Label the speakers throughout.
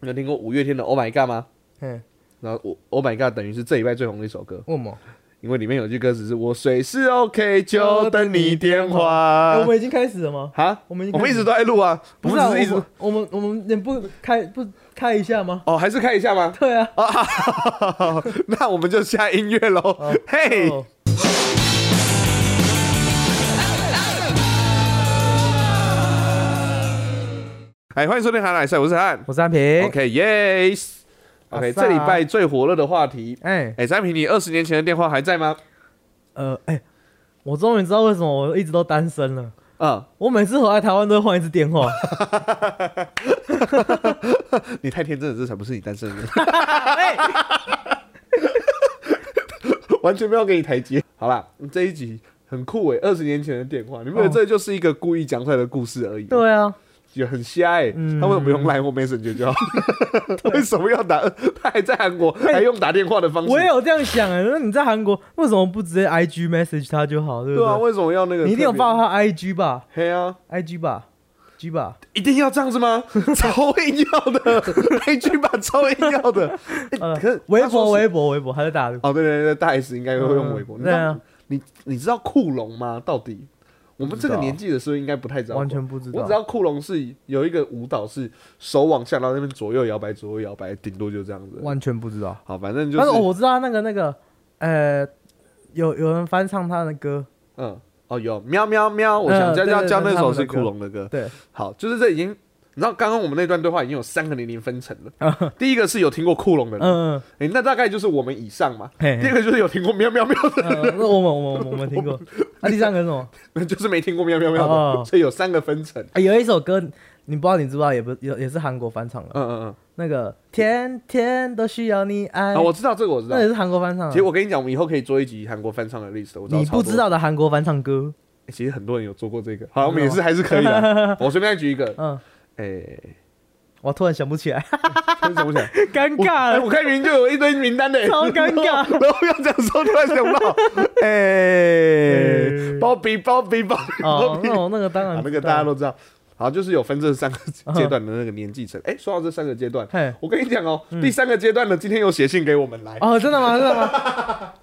Speaker 1: 你有听过五月天的《Oh My God》吗？
Speaker 2: 嗯，
Speaker 1: 然后我《Oh My God》等于是这礼拜最红的一首歌，
Speaker 2: 为什么？
Speaker 1: 因为里面有句歌词是“我随时 OK，就等你电话
Speaker 2: 哎，我”。们已经开始了吗？
Speaker 1: 哈，
Speaker 2: 我们已经
Speaker 1: 我们
Speaker 2: 开
Speaker 1: 一
Speaker 2: 始
Speaker 1: 直都在录啊，我
Speaker 2: 不是
Speaker 1: 们
Speaker 2: 啊，
Speaker 1: 只呃是一直
Speaker 2: 我们我们我们你不开不开一下吗？
Speaker 1: 哦，还是看一下吗？
Speaker 2: 对啊，
Speaker 1: 那我们就下音乐喽。嘿，
Speaker 2: 哦
Speaker 1: 哎，欢迎收听《韩奶赛》，我是韩。
Speaker 2: 我是安
Speaker 1: 哎
Speaker 2: 平。
Speaker 1: OK，Yes。OK，
Speaker 2: 阿萨
Speaker 1: 这礼拜最火热的话题，
Speaker 2: 哎，
Speaker 1: 哎，三平，你二十年前的电话还在吗？
Speaker 2: 呃，哎，我终于知道为什么我一直都单身了。
Speaker 1: 嗯，
Speaker 2: 我每次回来台湾都会换一次电话，
Speaker 1: 你太天真了，这才不是你单身人，
Speaker 2: 哎
Speaker 1: 完全没有给你台阶。好啦，这一集很酷欸诶，二十年前的电话，你不觉得
Speaker 2: 哦
Speaker 1: 这就是一个故意讲出来的故事而已？，
Speaker 2: 对啊，
Speaker 1: 也很瞎诶。
Speaker 2: 嗯
Speaker 1: 他为什么用 Line 或 Messenger 就好？ 为什么要打？他还在韩国，还用打电话的方式？
Speaker 2: 我也有这样想哎。那你在韩国为什么不直接 IG message 他就好，对不
Speaker 1: 对啊，
Speaker 2: 对？
Speaker 1: 为什么要那个？
Speaker 2: 你一定有报？他 IG 吧
Speaker 1: 嘿啊，
Speaker 2: ？IG 吧？G 吧？
Speaker 1: 一定要这样子吗？超硬要的，IG 吧，超硬要的。
Speaker 2: 呃
Speaker 1: 可是，
Speaker 2: 微
Speaker 1: 他说
Speaker 2: 博
Speaker 1: 是
Speaker 2: 微博微博还在大陆。
Speaker 1: 哦，对对对，大 S 应该会用微博。
Speaker 2: 嗯
Speaker 1: 你知
Speaker 2: 对
Speaker 1: 道
Speaker 2: 啊，
Speaker 1: 你你知道酷龙吗？到底我们这个
Speaker 2: 不知道
Speaker 1: 年纪的时候应该不太知道酷
Speaker 2: 完
Speaker 1: 龙。
Speaker 2: 全不知道。
Speaker 1: 我只知道酷龙是有一个舞蹈是手往下，然后那边左右摇摆，左右摇摆，顶多就这样子。
Speaker 2: 完全不知道。
Speaker 1: 好，反正就
Speaker 2: 但是哦
Speaker 1: 是
Speaker 2: 我知道那个那个，呃，有有人翻唱他的 歌，
Speaker 1: 嗯，哦有喵喵喵，我想
Speaker 2: 嗯
Speaker 1: 叫
Speaker 2: 对
Speaker 1: 叫
Speaker 2: 对
Speaker 1: 叫
Speaker 2: 对
Speaker 1: 那首
Speaker 2: 他们的
Speaker 1: 是
Speaker 2: 歌
Speaker 1: 酷龙的歌。
Speaker 2: 对，
Speaker 1: 好，就是这已经。你知道刚刚我们那段对话已经有三个年龄分层 了。第一个是有听过酷龙的人，
Speaker 2: 嗯嗯嗯，
Speaker 1: 哎、那大概就是我们以上嘛。
Speaker 2: 嘿
Speaker 1: 第二
Speaker 2: 嘿，
Speaker 1: 个就是有听过喵喵喵的，
Speaker 2: 呃那我们我们我们听过。啊，第三个是什么？
Speaker 1: 就是没听过喵喵喵的，
Speaker 2: 哦
Speaker 1: 所以有三个分层。
Speaker 2: 啊，有一首歌，你不知道你知不知道，也不也也是韩国翻唱的，
Speaker 1: 嗯嗯
Speaker 2: 那个天天都需要你爱
Speaker 1: 嗯，啊，，我知道这个，我知道
Speaker 2: 那。也是韩国翻唱
Speaker 1: 其实
Speaker 2: 的。
Speaker 1: 我跟你讲，我们以后可以做一集韩国翻唱的 list。我知道
Speaker 2: 你
Speaker 1: 超
Speaker 2: 不
Speaker 1: 多
Speaker 2: 知、道的韩国翻唱歌，
Speaker 1: 欸其实很多人有做过这个。好，我们也是还是可以的。我随便再举一个，
Speaker 2: 嗯，
Speaker 1: 哎、
Speaker 2: 我突然想不起来，
Speaker 1: 真想不起来。
Speaker 2: 尴
Speaker 1: 我
Speaker 2: 尬
Speaker 1: 哎
Speaker 2: 了，
Speaker 1: 我看云就有一堆名单的、
Speaker 2: 超尴尬。
Speaker 1: 然后要讲的时候突然想不到，哎、包比包比包比包
Speaker 2: 哦，
Speaker 1: 比，
Speaker 2: 那我那个当
Speaker 1: 啊
Speaker 2: 然，
Speaker 1: 那个大家，都知道。好，就是有分这三个阶段的那个年纪层。哎、说到这三个阶段，
Speaker 2: 嘿，
Speaker 1: 我跟你讲哦，第三个阶段呢，今天有写信给我们来，
Speaker 2: 哦，真的吗？真的吗？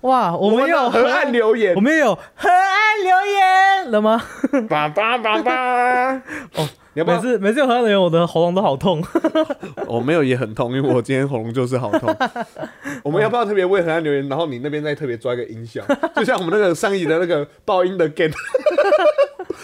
Speaker 2: 哇，我们有
Speaker 1: 河岸留言
Speaker 2: 我，们也有河岸留言了吗？
Speaker 1: 叭叭叭叭。哦，你要不
Speaker 2: 每
Speaker 1: 要？
Speaker 2: 次每次有河岸留言，我的喉咙都好痛。
Speaker 1: 我没有也很痛，因为我今天喉咙就是好痛。我们要不要特别为河岸留言？然后你那边再特别抓一个音效，就像我们那个上一集的那个爆音的 gain。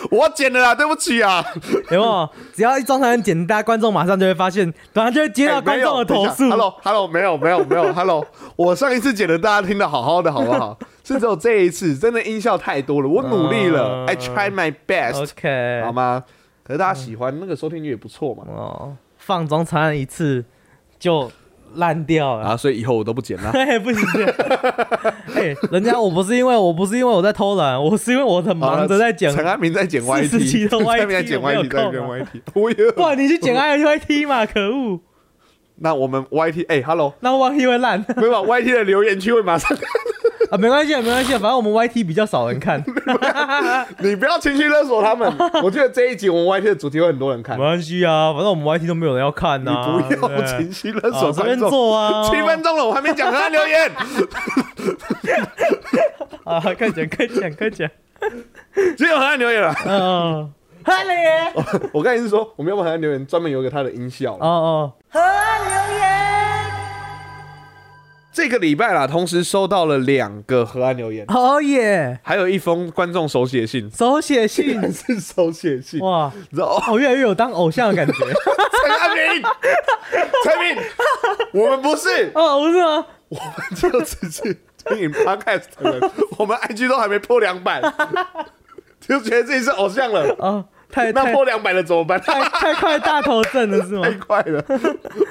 Speaker 1: 我剪了啦，对不起啊。
Speaker 2: 有没有？只要一装成很简单，观众马上就会发现，马上就会接
Speaker 1: 哎
Speaker 2: 到观众的投诉。
Speaker 1: Hello，Hello，没有没有没有 Hello，我 上一次剪的大家听的好好的，好不好？是只有这一次，真的音效太多了，我努力了、
Speaker 2: 嗯
Speaker 1: i try my best，、
Speaker 2: OK，
Speaker 1: 好吗？可是大家喜欢、那个收听率也不错嘛。
Speaker 2: 哦，放中餐一次就烂掉了。
Speaker 1: 啊，所以以后我都不剪啦。
Speaker 2: 嘿，不行 这样，哎、人家我不是因为我不是因为我在偷懒，我是因为我很
Speaker 1: 好
Speaker 2: 忙
Speaker 1: 了
Speaker 2: 着在剪，
Speaker 1: 陈安明在剪 YT，
Speaker 2: 四十集 的
Speaker 1: 陈安明在
Speaker 2: YT
Speaker 1: 剪
Speaker 2: 有没有
Speaker 1: YT，在
Speaker 2: 空
Speaker 1: 剪
Speaker 2: 啊
Speaker 1: YT。我也
Speaker 2: 不然你去剪 IYT 嘛，可恶，
Speaker 1: 那我们 YT，哎、h e l l o
Speaker 2: 那 YT 会烂
Speaker 1: 没有 YT 的留言区会马上，
Speaker 2: 啊，没关系，没关系，反正我们 YT 比较少人看， 没
Speaker 1: 你不要情绪勒索他们。我觉得这一集我们 YT 的主题会很多人看，
Speaker 2: 关系啊，反正我们 YT 都没有人要看
Speaker 1: 你
Speaker 2: 呐、啊，
Speaker 1: 不要
Speaker 2: 对对
Speaker 1: 情绪勒
Speaker 2: 啊
Speaker 1: 索
Speaker 2: 随
Speaker 1: 观
Speaker 2: 便
Speaker 1: 众。
Speaker 2: 做啊，
Speaker 1: 七分钟了，我还没讲他留 言。
Speaker 2: 啊，快讲，快讲，快讲。
Speaker 1: 只有河岸留言了。
Speaker 2: 嗯，河岸留言，哦
Speaker 1: 我刚才是说，我们要不河岸留言专门有一个他的音效。
Speaker 2: 哦，
Speaker 3: 河岸留言，
Speaker 1: 这个礼拜啦，同时收到了两个河岸留言，
Speaker 2: 哦耶，
Speaker 1: 还有一封观众手写信，
Speaker 2: 手写信，
Speaker 1: 还是手写信。
Speaker 2: 哇，
Speaker 1: 你知道哦，
Speaker 2: 我越来越有当偶像的感觉。
Speaker 1: 陈安 明，陈安明，我们不是，
Speaker 2: 哦，不是吗？
Speaker 1: 我们就只是经营 podcast 的 人，我们 IG 都还没破两百，就觉得自己是偶像了。
Speaker 2: 哦，太
Speaker 1: 那
Speaker 2: 太
Speaker 1: 破两百了怎么办？
Speaker 2: 太太快大头症了是吗
Speaker 1: 太？快了，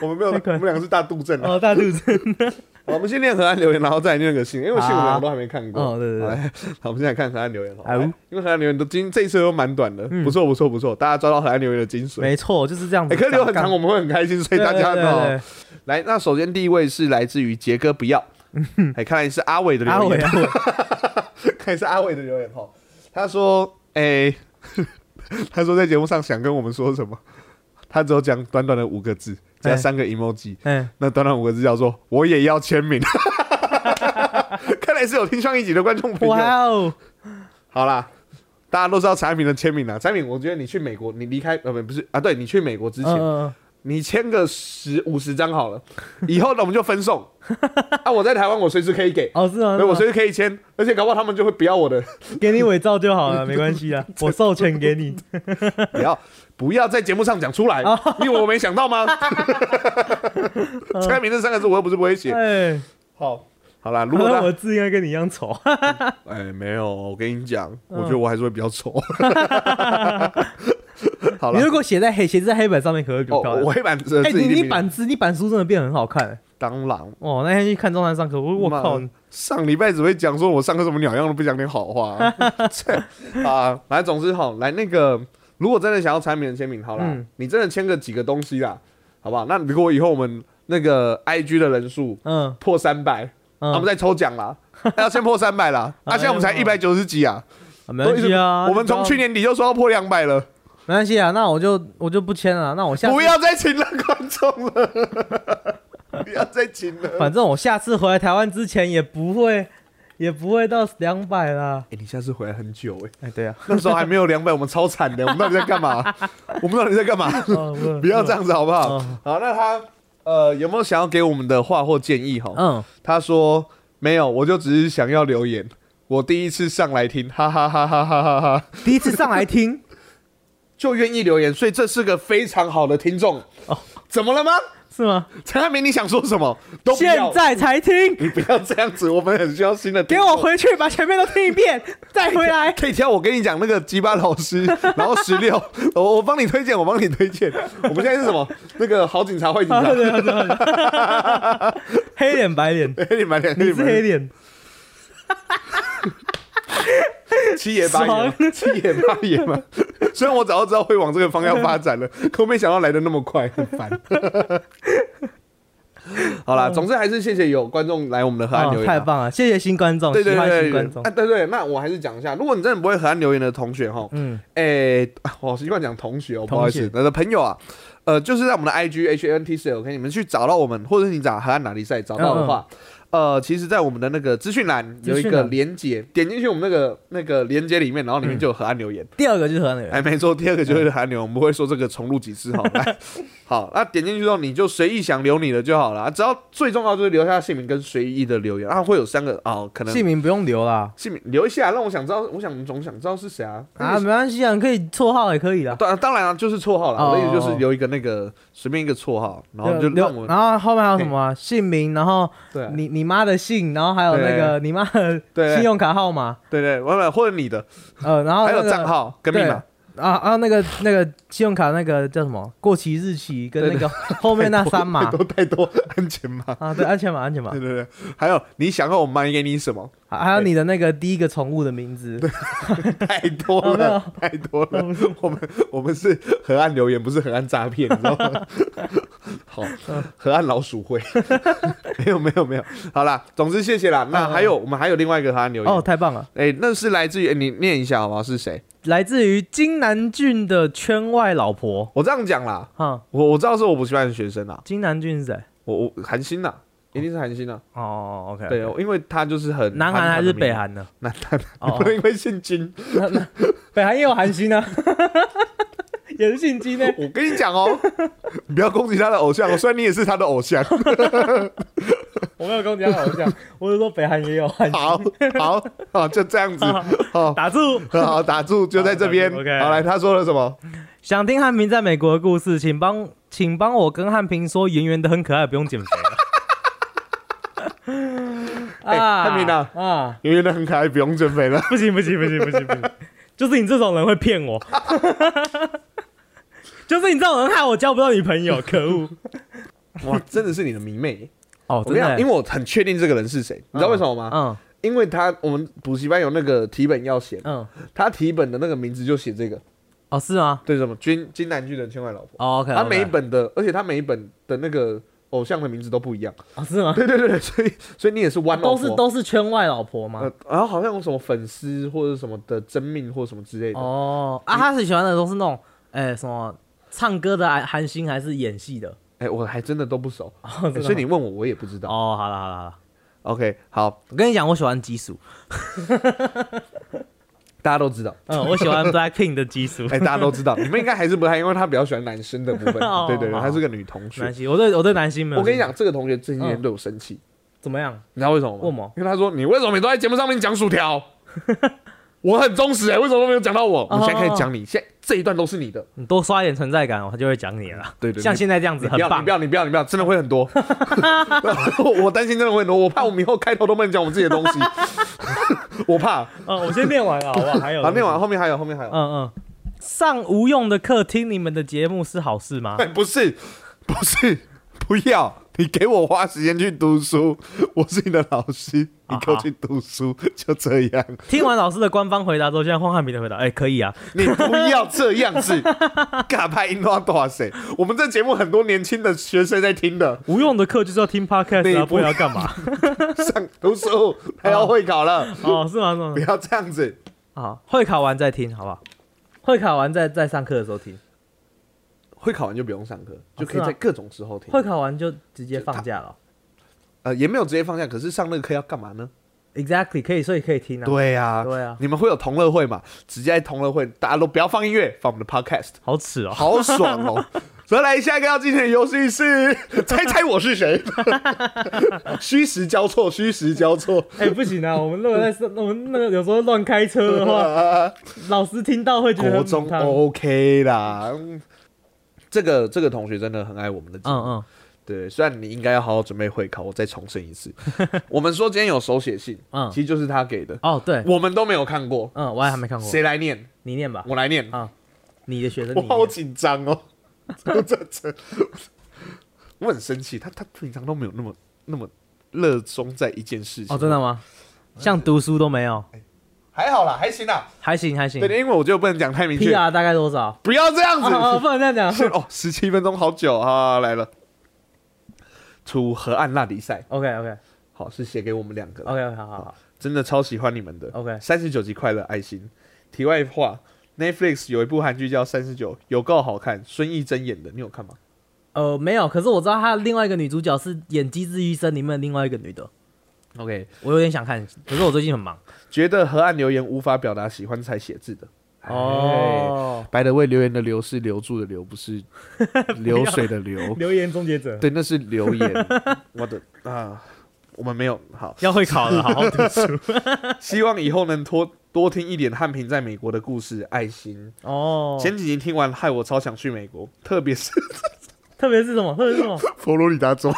Speaker 1: 我们没有，
Speaker 2: 太快
Speaker 1: 我们两个是大肚症啊。
Speaker 2: 哦，大肚子。
Speaker 1: 好我们先念河岸留言，然后再念个信，因为信我们两个都还没看过。
Speaker 2: 好哦对对对
Speaker 1: 好。来好，我们现在看河岸留言好
Speaker 2: 哎
Speaker 1: 来因为河岸留言都今这一次都蛮短的，不错不错不错，大家抓到河岸留言的精髓。
Speaker 2: 嗯没错，就是这样子。
Speaker 1: 哎，可是留很长，我，们会很开心，所以大家哦
Speaker 2: 对对对
Speaker 1: 呢，来，那首先第一位是来自于杰哥，不要，哎，看来是阿伟的
Speaker 2: 嗯阿
Speaker 1: 留
Speaker 2: 伟啊
Speaker 1: 言，
Speaker 2: 阿 伟，
Speaker 1: 看来是阿伟的留言哈。 他说，哎，他说在节目上想跟我们说什么？他只有讲短短的五个字，加
Speaker 2: 哎
Speaker 1: 三个 emoji，
Speaker 2: 嗯，
Speaker 1: 那短短五个字叫做“我也要签 名”。看来是有听上一集的观众朋友。
Speaker 2: 哇哦，
Speaker 1: 好啦，大家都知道产品的签名啦。产品，我觉得你去美国，你离开呃不不是啊，对你去美国之
Speaker 2: 嗯
Speaker 1: 前，
Speaker 2: 嗯，
Speaker 1: 你签个十五十张好了，以后呢我们就分送。 啊，我在台湾我随时可以给
Speaker 2: 嗯，哦是吗？
Speaker 1: 对，我
Speaker 2: 是吗
Speaker 1: 随时可以签，而且搞不好他们就会不要我的，
Speaker 2: 给你伪造就好了，没关系啊，我授权 给你。
Speaker 1: 不要不要在节目上讲出
Speaker 2: 哦
Speaker 1: 来，因为我没想到 吗？ 产品这三个字我又不是不会写。
Speaker 2: 哎，
Speaker 1: 好，好啦，如
Speaker 2: 可
Speaker 1: 果
Speaker 2: 能
Speaker 1: 他
Speaker 2: 我字应该跟你一样丑。
Speaker 1: 哎，没有，我跟你讲，
Speaker 2: 嗯
Speaker 1: 我觉得我还是会比较 丑。好
Speaker 2: 你
Speaker 1: 了
Speaker 2: 如，果写在黑写在黑板上面，可能会比较漂
Speaker 1: 哦，我
Speaker 2: 亮。
Speaker 1: 黑板字
Speaker 2: 哎，
Speaker 1: 自己
Speaker 2: 你
Speaker 1: 一定
Speaker 2: 你
Speaker 1: 比
Speaker 2: 板字你板书真的变得很好看。
Speaker 1: 当然，
Speaker 2: 哦，那天去看中山上课，我我
Speaker 1: 妈
Speaker 2: 靠，
Speaker 1: 上礼拜只会讲说我上课什么鸟样都不讲点好 话，切啊，反正总之好，来那个，如果真的想要产品的签名，好啦，
Speaker 2: 嗯
Speaker 1: 你真的签个几个东西啦，好不好？那如果以后我们那个 IG 的人数
Speaker 2: 嗯
Speaker 1: 破三百、那我们
Speaker 2: 嗯，
Speaker 1: 再抽奖 啦，那要先破三百啦，啊，
Speaker 2: 哎
Speaker 1: 现在我们才一
Speaker 2: 呦
Speaker 1: 百九十几啊，
Speaker 2: 没关系啊。
Speaker 1: 我们从去年底就说要破两百了，
Speaker 2: 没关系啊，那我就我就不签了啊。那我下次
Speaker 1: 不要再请了观众了， 不要再请了。
Speaker 2: 反正我下次回来台湾之前也不会，也不会到两百啦。
Speaker 1: 哎、你下次回来很久哎、
Speaker 2: 哎，对啊，
Speaker 1: 那时候还没有两百，我们超惨的。我们到底在干嘛？我们到底在干嘛？ 不
Speaker 2: 哦不
Speaker 1: 要这。样子好不好？
Speaker 2: 嗯
Speaker 1: 好，那他呃有没有想要给我们的话或建议哈？
Speaker 2: 嗯，
Speaker 1: 他说没有，我就只是想要留言。我第一次上来听，哈哈哈哈哈哈哈，
Speaker 2: 第一次上来听，
Speaker 1: 就愿意留言，所以这是个非常好的听众。
Speaker 2: 哦
Speaker 1: 怎么了吗？
Speaker 2: 是吗？
Speaker 1: 陈汉明，你想说什么？都不
Speaker 2: 现
Speaker 1: 要，
Speaker 2: 在才听，
Speaker 1: 你不要这样子，我们很需要新的听
Speaker 2: 给
Speaker 1: 众。
Speaker 2: 我回去把前面都听一遍，再 回来。
Speaker 1: 可以挑我跟你讲那个鸡巴老师，然后十六， 我我帮你推荐，我帮你推荐。我们现在是什么？那个好警察坏警
Speaker 2: 啊
Speaker 1: 察，
Speaker 2: 对啊对啊对啊 黑脸白脸，
Speaker 1: 黑脸白脸，
Speaker 2: 你是黑
Speaker 1: 脸，
Speaker 2: 脸，
Speaker 1: 七爷八爷嘛，
Speaker 2: 爽
Speaker 1: 七爷八爷嘛。 虽然我早就知道会往这个方向发展了，可我没想到来的那么快，很烦。 好啦，总之还是谢谢有观众来我们的河岸
Speaker 2: 啊
Speaker 1: 留言啊、
Speaker 2: 嗯太棒了，谢谢新观众，
Speaker 1: 对
Speaker 2: 喜
Speaker 1: 对
Speaker 2: 欢新
Speaker 1: 对
Speaker 2: 观
Speaker 1: 对，
Speaker 2: 众
Speaker 1: 啊，对对，那我还是讲一下，如果你真的不会河岸留言的同学哈，
Speaker 2: 嗯，
Speaker 1: 诶、啊我习惯讲同学哦，不好意
Speaker 2: 同
Speaker 1: 思
Speaker 2: 学，
Speaker 1: 我的朋友啊，呃，就是在我们的 IG HNTCLK，你们去找到我们，或者是你找海岸哪里赛找到的话，
Speaker 2: 嗯
Speaker 1: 呃，其实，在我们的那个资讯栏有一
Speaker 2: 资讯
Speaker 1: 个
Speaker 2: 栏
Speaker 1: 连接，点进去我们那个那个连接里面，然后里面就有河岸留言。
Speaker 2: 第二个就是河南人，
Speaker 1: 哎，没错，第二个就是韩流，我们不会说这个重录几次好来，
Speaker 2: 嗯
Speaker 1: 好，那点进去之后你就随意想留你的就好了，啊只要最重要就是留下姓名跟随意的留言，啊，会有三个哦，可能
Speaker 2: 姓名不用留啦，
Speaker 1: 姓名留一下，让我想知道，我想总想知道是谁啊，
Speaker 2: 啊，没关系啊，你可以绰号也可以啦，
Speaker 1: 当当然啊，就是绰号啦。
Speaker 2: 哦
Speaker 1: 我的意思就是留一个那个随便一个绰号，然后就
Speaker 2: 留
Speaker 1: 让我
Speaker 2: 然后后面还有什么啊姓名，然后
Speaker 1: 对啊
Speaker 2: 你你妈的姓，然后还有那个你妈的
Speaker 1: 对
Speaker 2: 信用卡号码，
Speaker 1: 对对，完了或者你的，
Speaker 2: 呃，然后
Speaker 1: 还有
Speaker 2: 那个
Speaker 1: 账号跟密码，
Speaker 2: 对啊啊，那个那个信用卡那个叫什么过期日期跟那个 后面那 三码
Speaker 1: 都太多安全 码。
Speaker 2: 啊，对，安全码安全码
Speaker 1: 对，对对，还有你想要我买给你什 么？
Speaker 2: 还还有你的那个第一个宠物的名字，
Speaker 1: 太多
Speaker 2: 哦没有
Speaker 1: 了，太多了。我们我们是河岸留言，不是河岸诈骗，你知道 吗？好，
Speaker 2: 嗯
Speaker 1: 河岸老鼠会， 没有没有没有。好啦，总之谢谢啦。那
Speaker 2: 嗯嗯
Speaker 1: 还有我们还有另外一个河岸留
Speaker 2: 哦，
Speaker 1: 言，
Speaker 2: 太棒了！
Speaker 1: 哎，那是来自于哎你念一下好不好？是谁？
Speaker 2: 来自于金南俊的圈外老婆
Speaker 1: 我这样讲啦，
Speaker 2: 哈，
Speaker 1: 我我知道是我补习班的学生啦。
Speaker 2: 金南俊是谁？
Speaker 1: 我我韩星呐、啊一定是韩星呐、
Speaker 2: 哦，OK，
Speaker 1: 对，因为他就是很
Speaker 2: 南韩还是北？
Speaker 1: 的名
Speaker 2: 韩呢？
Speaker 1: 南韩，
Speaker 2: 哦
Speaker 1: 你不能 因为姓 金。
Speaker 2: 那那北韩也有韩星啊， 也是姓金呢。
Speaker 1: 我跟你讲哦， 你不要攻击他的偶像哦，虽然你也是他的偶 像。
Speaker 2: 我没有跟你讲偶像，我是说北韩也有韩星。
Speaker 1: 好好好，就这样子，好
Speaker 2: 打住！
Speaker 1: 好打住，就在这边。
Speaker 2: 好打住，OK
Speaker 1: 好来，他说了什么？
Speaker 2: 想听汉平在美国的故事，请帮请帮我跟汉平说，圆圆的很可爱，不用减肥啊 了。
Speaker 1: 哎汉平啊
Speaker 2: 啊！
Speaker 1: 圆圆的很可爱，不用减肥了。
Speaker 2: 不行不行不行不行不行，就是你这种人会骗我， 就是你这种人害我交不到女朋友，可恶！
Speaker 1: 哇，真的是你的迷妹。
Speaker 2: 哦
Speaker 1: 我跟你讲，因为我很确定这个人是谁，你知道为什么吗？
Speaker 2: 嗯
Speaker 1: 因为他我们补习班有那个题本要写，
Speaker 2: 嗯，
Speaker 1: 他题本的那个名字就写这个，
Speaker 2: 哦是吗？
Speaker 1: 对什么金金南俊的圈外老婆。
Speaker 2: 哦 OK，
Speaker 1: 他每一本的，而且他每一本的那个偶像的名字都不一样。
Speaker 2: 哦是吗？
Speaker 1: 对对对，所以所以你也是 one
Speaker 2: 啊都是
Speaker 1: of 啊
Speaker 2: 都是圈外老婆
Speaker 1: 呃
Speaker 2: 吗？，
Speaker 1: 然后好像有什么粉丝或者什么的真命或什么之类的。
Speaker 2: 哦哦啊，他是喜欢的都是那种哎什么唱歌的韩韩星还是演戏的？
Speaker 1: 哎、我还真的都不熟，
Speaker 2: 哦，真的
Speaker 1: 欸所以你问我我也不知道。
Speaker 2: 哦，好了好了好了，
Speaker 1: OK，好，
Speaker 2: 我跟你讲，我喜欢基础，
Speaker 1: 大家都知道，
Speaker 2: 嗯，我喜欢 Blackpink 的基础
Speaker 1: 哎、。大家都知道，你们应该还是不太，因为他比较喜欢男生的部分。
Speaker 2: 哦
Speaker 1: 对对对，
Speaker 2: 好
Speaker 1: 她是个女同学
Speaker 2: 南。希，我对我对男星没有。
Speaker 1: 我跟你，讲，这个同学这些年对我生气，
Speaker 2: 怎么样？
Speaker 1: 你知道为什么吗？
Speaker 2: 为什么
Speaker 1: 因为他说你为什么你都在节目上面讲薯条？ 我很忠实哎、为什么都没有讲到
Speaker 2: 哦
Speaker 1: 我？我们现在开始讲你，现在这一段都是你的。
Speaker 2: 你多刷一点存在感，我就会讲你了。
Speaker 1: 对对对
Speaker 2: 像现在这样子
Speaker 1: 你
Speaker 2: 很
Speaker 1: 不要，
Speaker 2: 棒
Speaker 1: 你 不。要，你不要，你不要，真的会很多。 我我担心真的会很多，我怕我们以后开头都不能讲我们自己的东西， 我怕。啊
Speaker 2: 嗯，我先念完了，好不好？还有，
Speaker 1: 好，念完。后面 还有，后面还有。
Speaker 2: 嗯嗯，上无用的课听你们的节目是好事吗
Speaker 1: 哎、？不是，不是，不要，你给我花时间去读书，我是你的老师，
Speaker 2: 啊
Speaker 1: 你给我去读书，就这样。
Speaker 2: 听完老师的官方回答之后，现在黄汉民的回答，哎、可以啊。
Speaker 1: 你不要这样 子，尬拍音都要多少谁？我们这节目很多年轻的学生在听的，
Speaker 2: 无用的课就是要听 podcast
Speaker 1: 内
Speaker 2: 啊，
Speaker 1: 部
Speaker 2: 不然要干嘛？
Speaker 1: 上读书还
Speaker 2: 啊
Speaker 1: 要会考了，
Speaker 2: 哦，是吗？是吗
Speaker 1: 不？要这样子。
Speaker 2: 好，会考完再听，好不好？会考完再再上课的时候听，
Speaker 1: 会考完就不用上课，就可
Speaker 2: 啊是
Speaker 1: 以
Speaker 2: 吗
Speaker 1: 在各种时候听。
Speaker 2: 会考完就直接放假了。
Speaker 1: 呃，也没有直接放假，可是上那个课要干嘛呢？
Speaker 2: Exactly，可以，所以可以听啊。
Speaker 1: 对呀，
Speaker 2: 对啊
Speaker 1: 你们会有同乐会嘛？直接在同乐会，大家都不要放音乐，放我们的 podcast。
Speaker 2: 好耻哦。
Speaker 1: 好爽哦！再来下一个要进行的游戏 是猜猜我是谁， 虚实交错，虚实交错。
Speaker 2: 哎、不行啊！我们如果在我们那个有时候乱开车 的话，老师听到会觉得
Speaker 1: 国
Speaker 2: 很
Speaker 1: 中哦
Speaker 2: 母汤
Speaker 1: OK 啦，嗯这个这个同学真的很爱我们的节目。
Speaker 2: 嗯嗯，
Speaker 1: 对，虽然你应该要好好准备会考，我再重申一 次，我们说今天有手写信，
Speaker 2: 嗯
Speaker 1: 其实就是他给的，
Speaker 2: 哦对，
Speaker 1: 我们都没有看过，
Speaker 2: 嗯，我也还没看过，
Speaker 1: 谁来念？
Speaker 2: 你念吧，
Speaker 1: 我来念，
Speaker 2: 啊，你的学生你
Speaker 1: 我好
Speaker 2: 念，
Speaker 1: 紧张哦， 这这这，我很生气，他他平常都没有那么那么热衷在一件事情
Speaker 2: 哦，真的吗？像读书都没有，
Speaker 1: 还好啦，还行啦。
Speaker 2: 还行还行
Speaker 1: 对，因为我就不能讲太明确，
Speaker 2: ，PR 大概多少？
Speaker 1: 不要这样
Speaker 2: 啊，
Speaker 1: 子。
Speaker 2: 不能这 样
Speaker 1: 是
Speaker 2: 讲
Speaker 1: 哦，十七分钟好久啊，来了。楚河岸拉迪赛，
Speaker 2: ，OK OK
Speaker 1: 好是写给我们两个的，
Speaker 2: OK OK，好好好，
Speaker 1: 真的超喜欢你们的。
Speaker 2: 啊 OK
Speaker 1: 三十九集快乐爱心。题外话，Netflix 有一部韩剧叫《三十九》，有够好看，孙艺珍演的，你有看吗？
Speaker 2: 呃，没有，可是我知道他另外一个女主角是演《机智医生》里面的另外一个女的。OK，我有点想看，可是我最近很忙。
Speaker 1: 觉得河岸留言无法表达喜欢才写字的。哎
Speaker 2: 哎哦，
Speaker 1: 白的为留言的留是留住的留， 不是流水的 流。
Speaker 2: 留言终结者，
Speaker 1: 对，那是留 言。我的啊，我们没有好，
Speaker 2: 要会考了，好好读书。
Speaker 1: 希望以后能多多听一点汉平在美国的故事。爱心，
Speaker 2: 哦，
Speaker 1: 前几集听完，害我超想去美国，特别是
Speaker 2: 特别是什么？特别是什么？
Speaker 1: 佛罗里达州。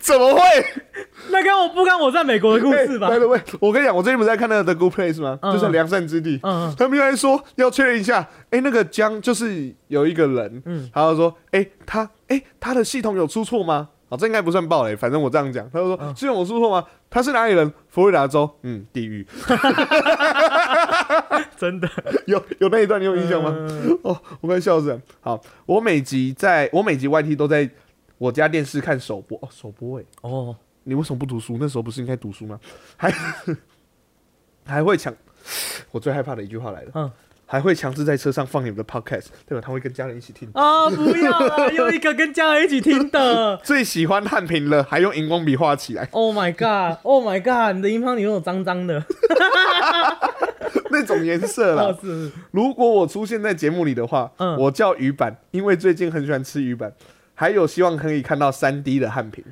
Speaker 1: 怎么会？
Speaker 2: 那跟我不干我在美国的故事吧
Speaker 1: 对。对对，我跟你讲，我最近不是在看那个《The Good Place》吗？
Speaker 2: 嗯
Speaker 1: 就是良善之地。
Speaker 2: 嗯嗯
Speaker 1: 他们原来说要确认一下，哎，那个江就是有一个人，
Speaker 2: 嗯
Speaker 1: 然后说，哎，他，哎，他的系统有出错吗？好，这应该不算暴雷，反正我这样讲，他就
Speaker 2: 嗯
Speaker 1: 说，系统有出错吗？他是哪里人？佛罗里达州，嗯，地狱。
Speaker 2: 真的
Speaker 1: 有有那一段你有印象吗？
Speaker 2: 嗯
Speaker 1: 哦，我快笑死了。好，我每集在我每集 YT 都在我家电视看首播，哦，首播哎、
Speaker 2: 哦，
Speaker 1: 你为什么不读书？那时候不是应该读书吗？ 还还会强，我最害怕的一句话来了，
Speaker 2: 嗯
Speaker 1: 还会强制在车上放你们的 podcast，对吧？他会跟家人一起听。
Speaker 2: 啊，不要了，又一个跟家人一起听 的。
Speaker 1: 最喜欢汉平了，还用荧光笔画起来，
Speaker 2: Oh my god！Oh my god！你的银行里面有脏脏的，
Speaker 1: 那种颜色啦
Speaker 2: 哦。是
Speaker 1: 如果我出现在节目里的话，
Speaker 2: 嗯
Speaker 1: 我叫鱼板，因为最近很喜欢吃鱼板，还有希望可以看到三 D 的汉平。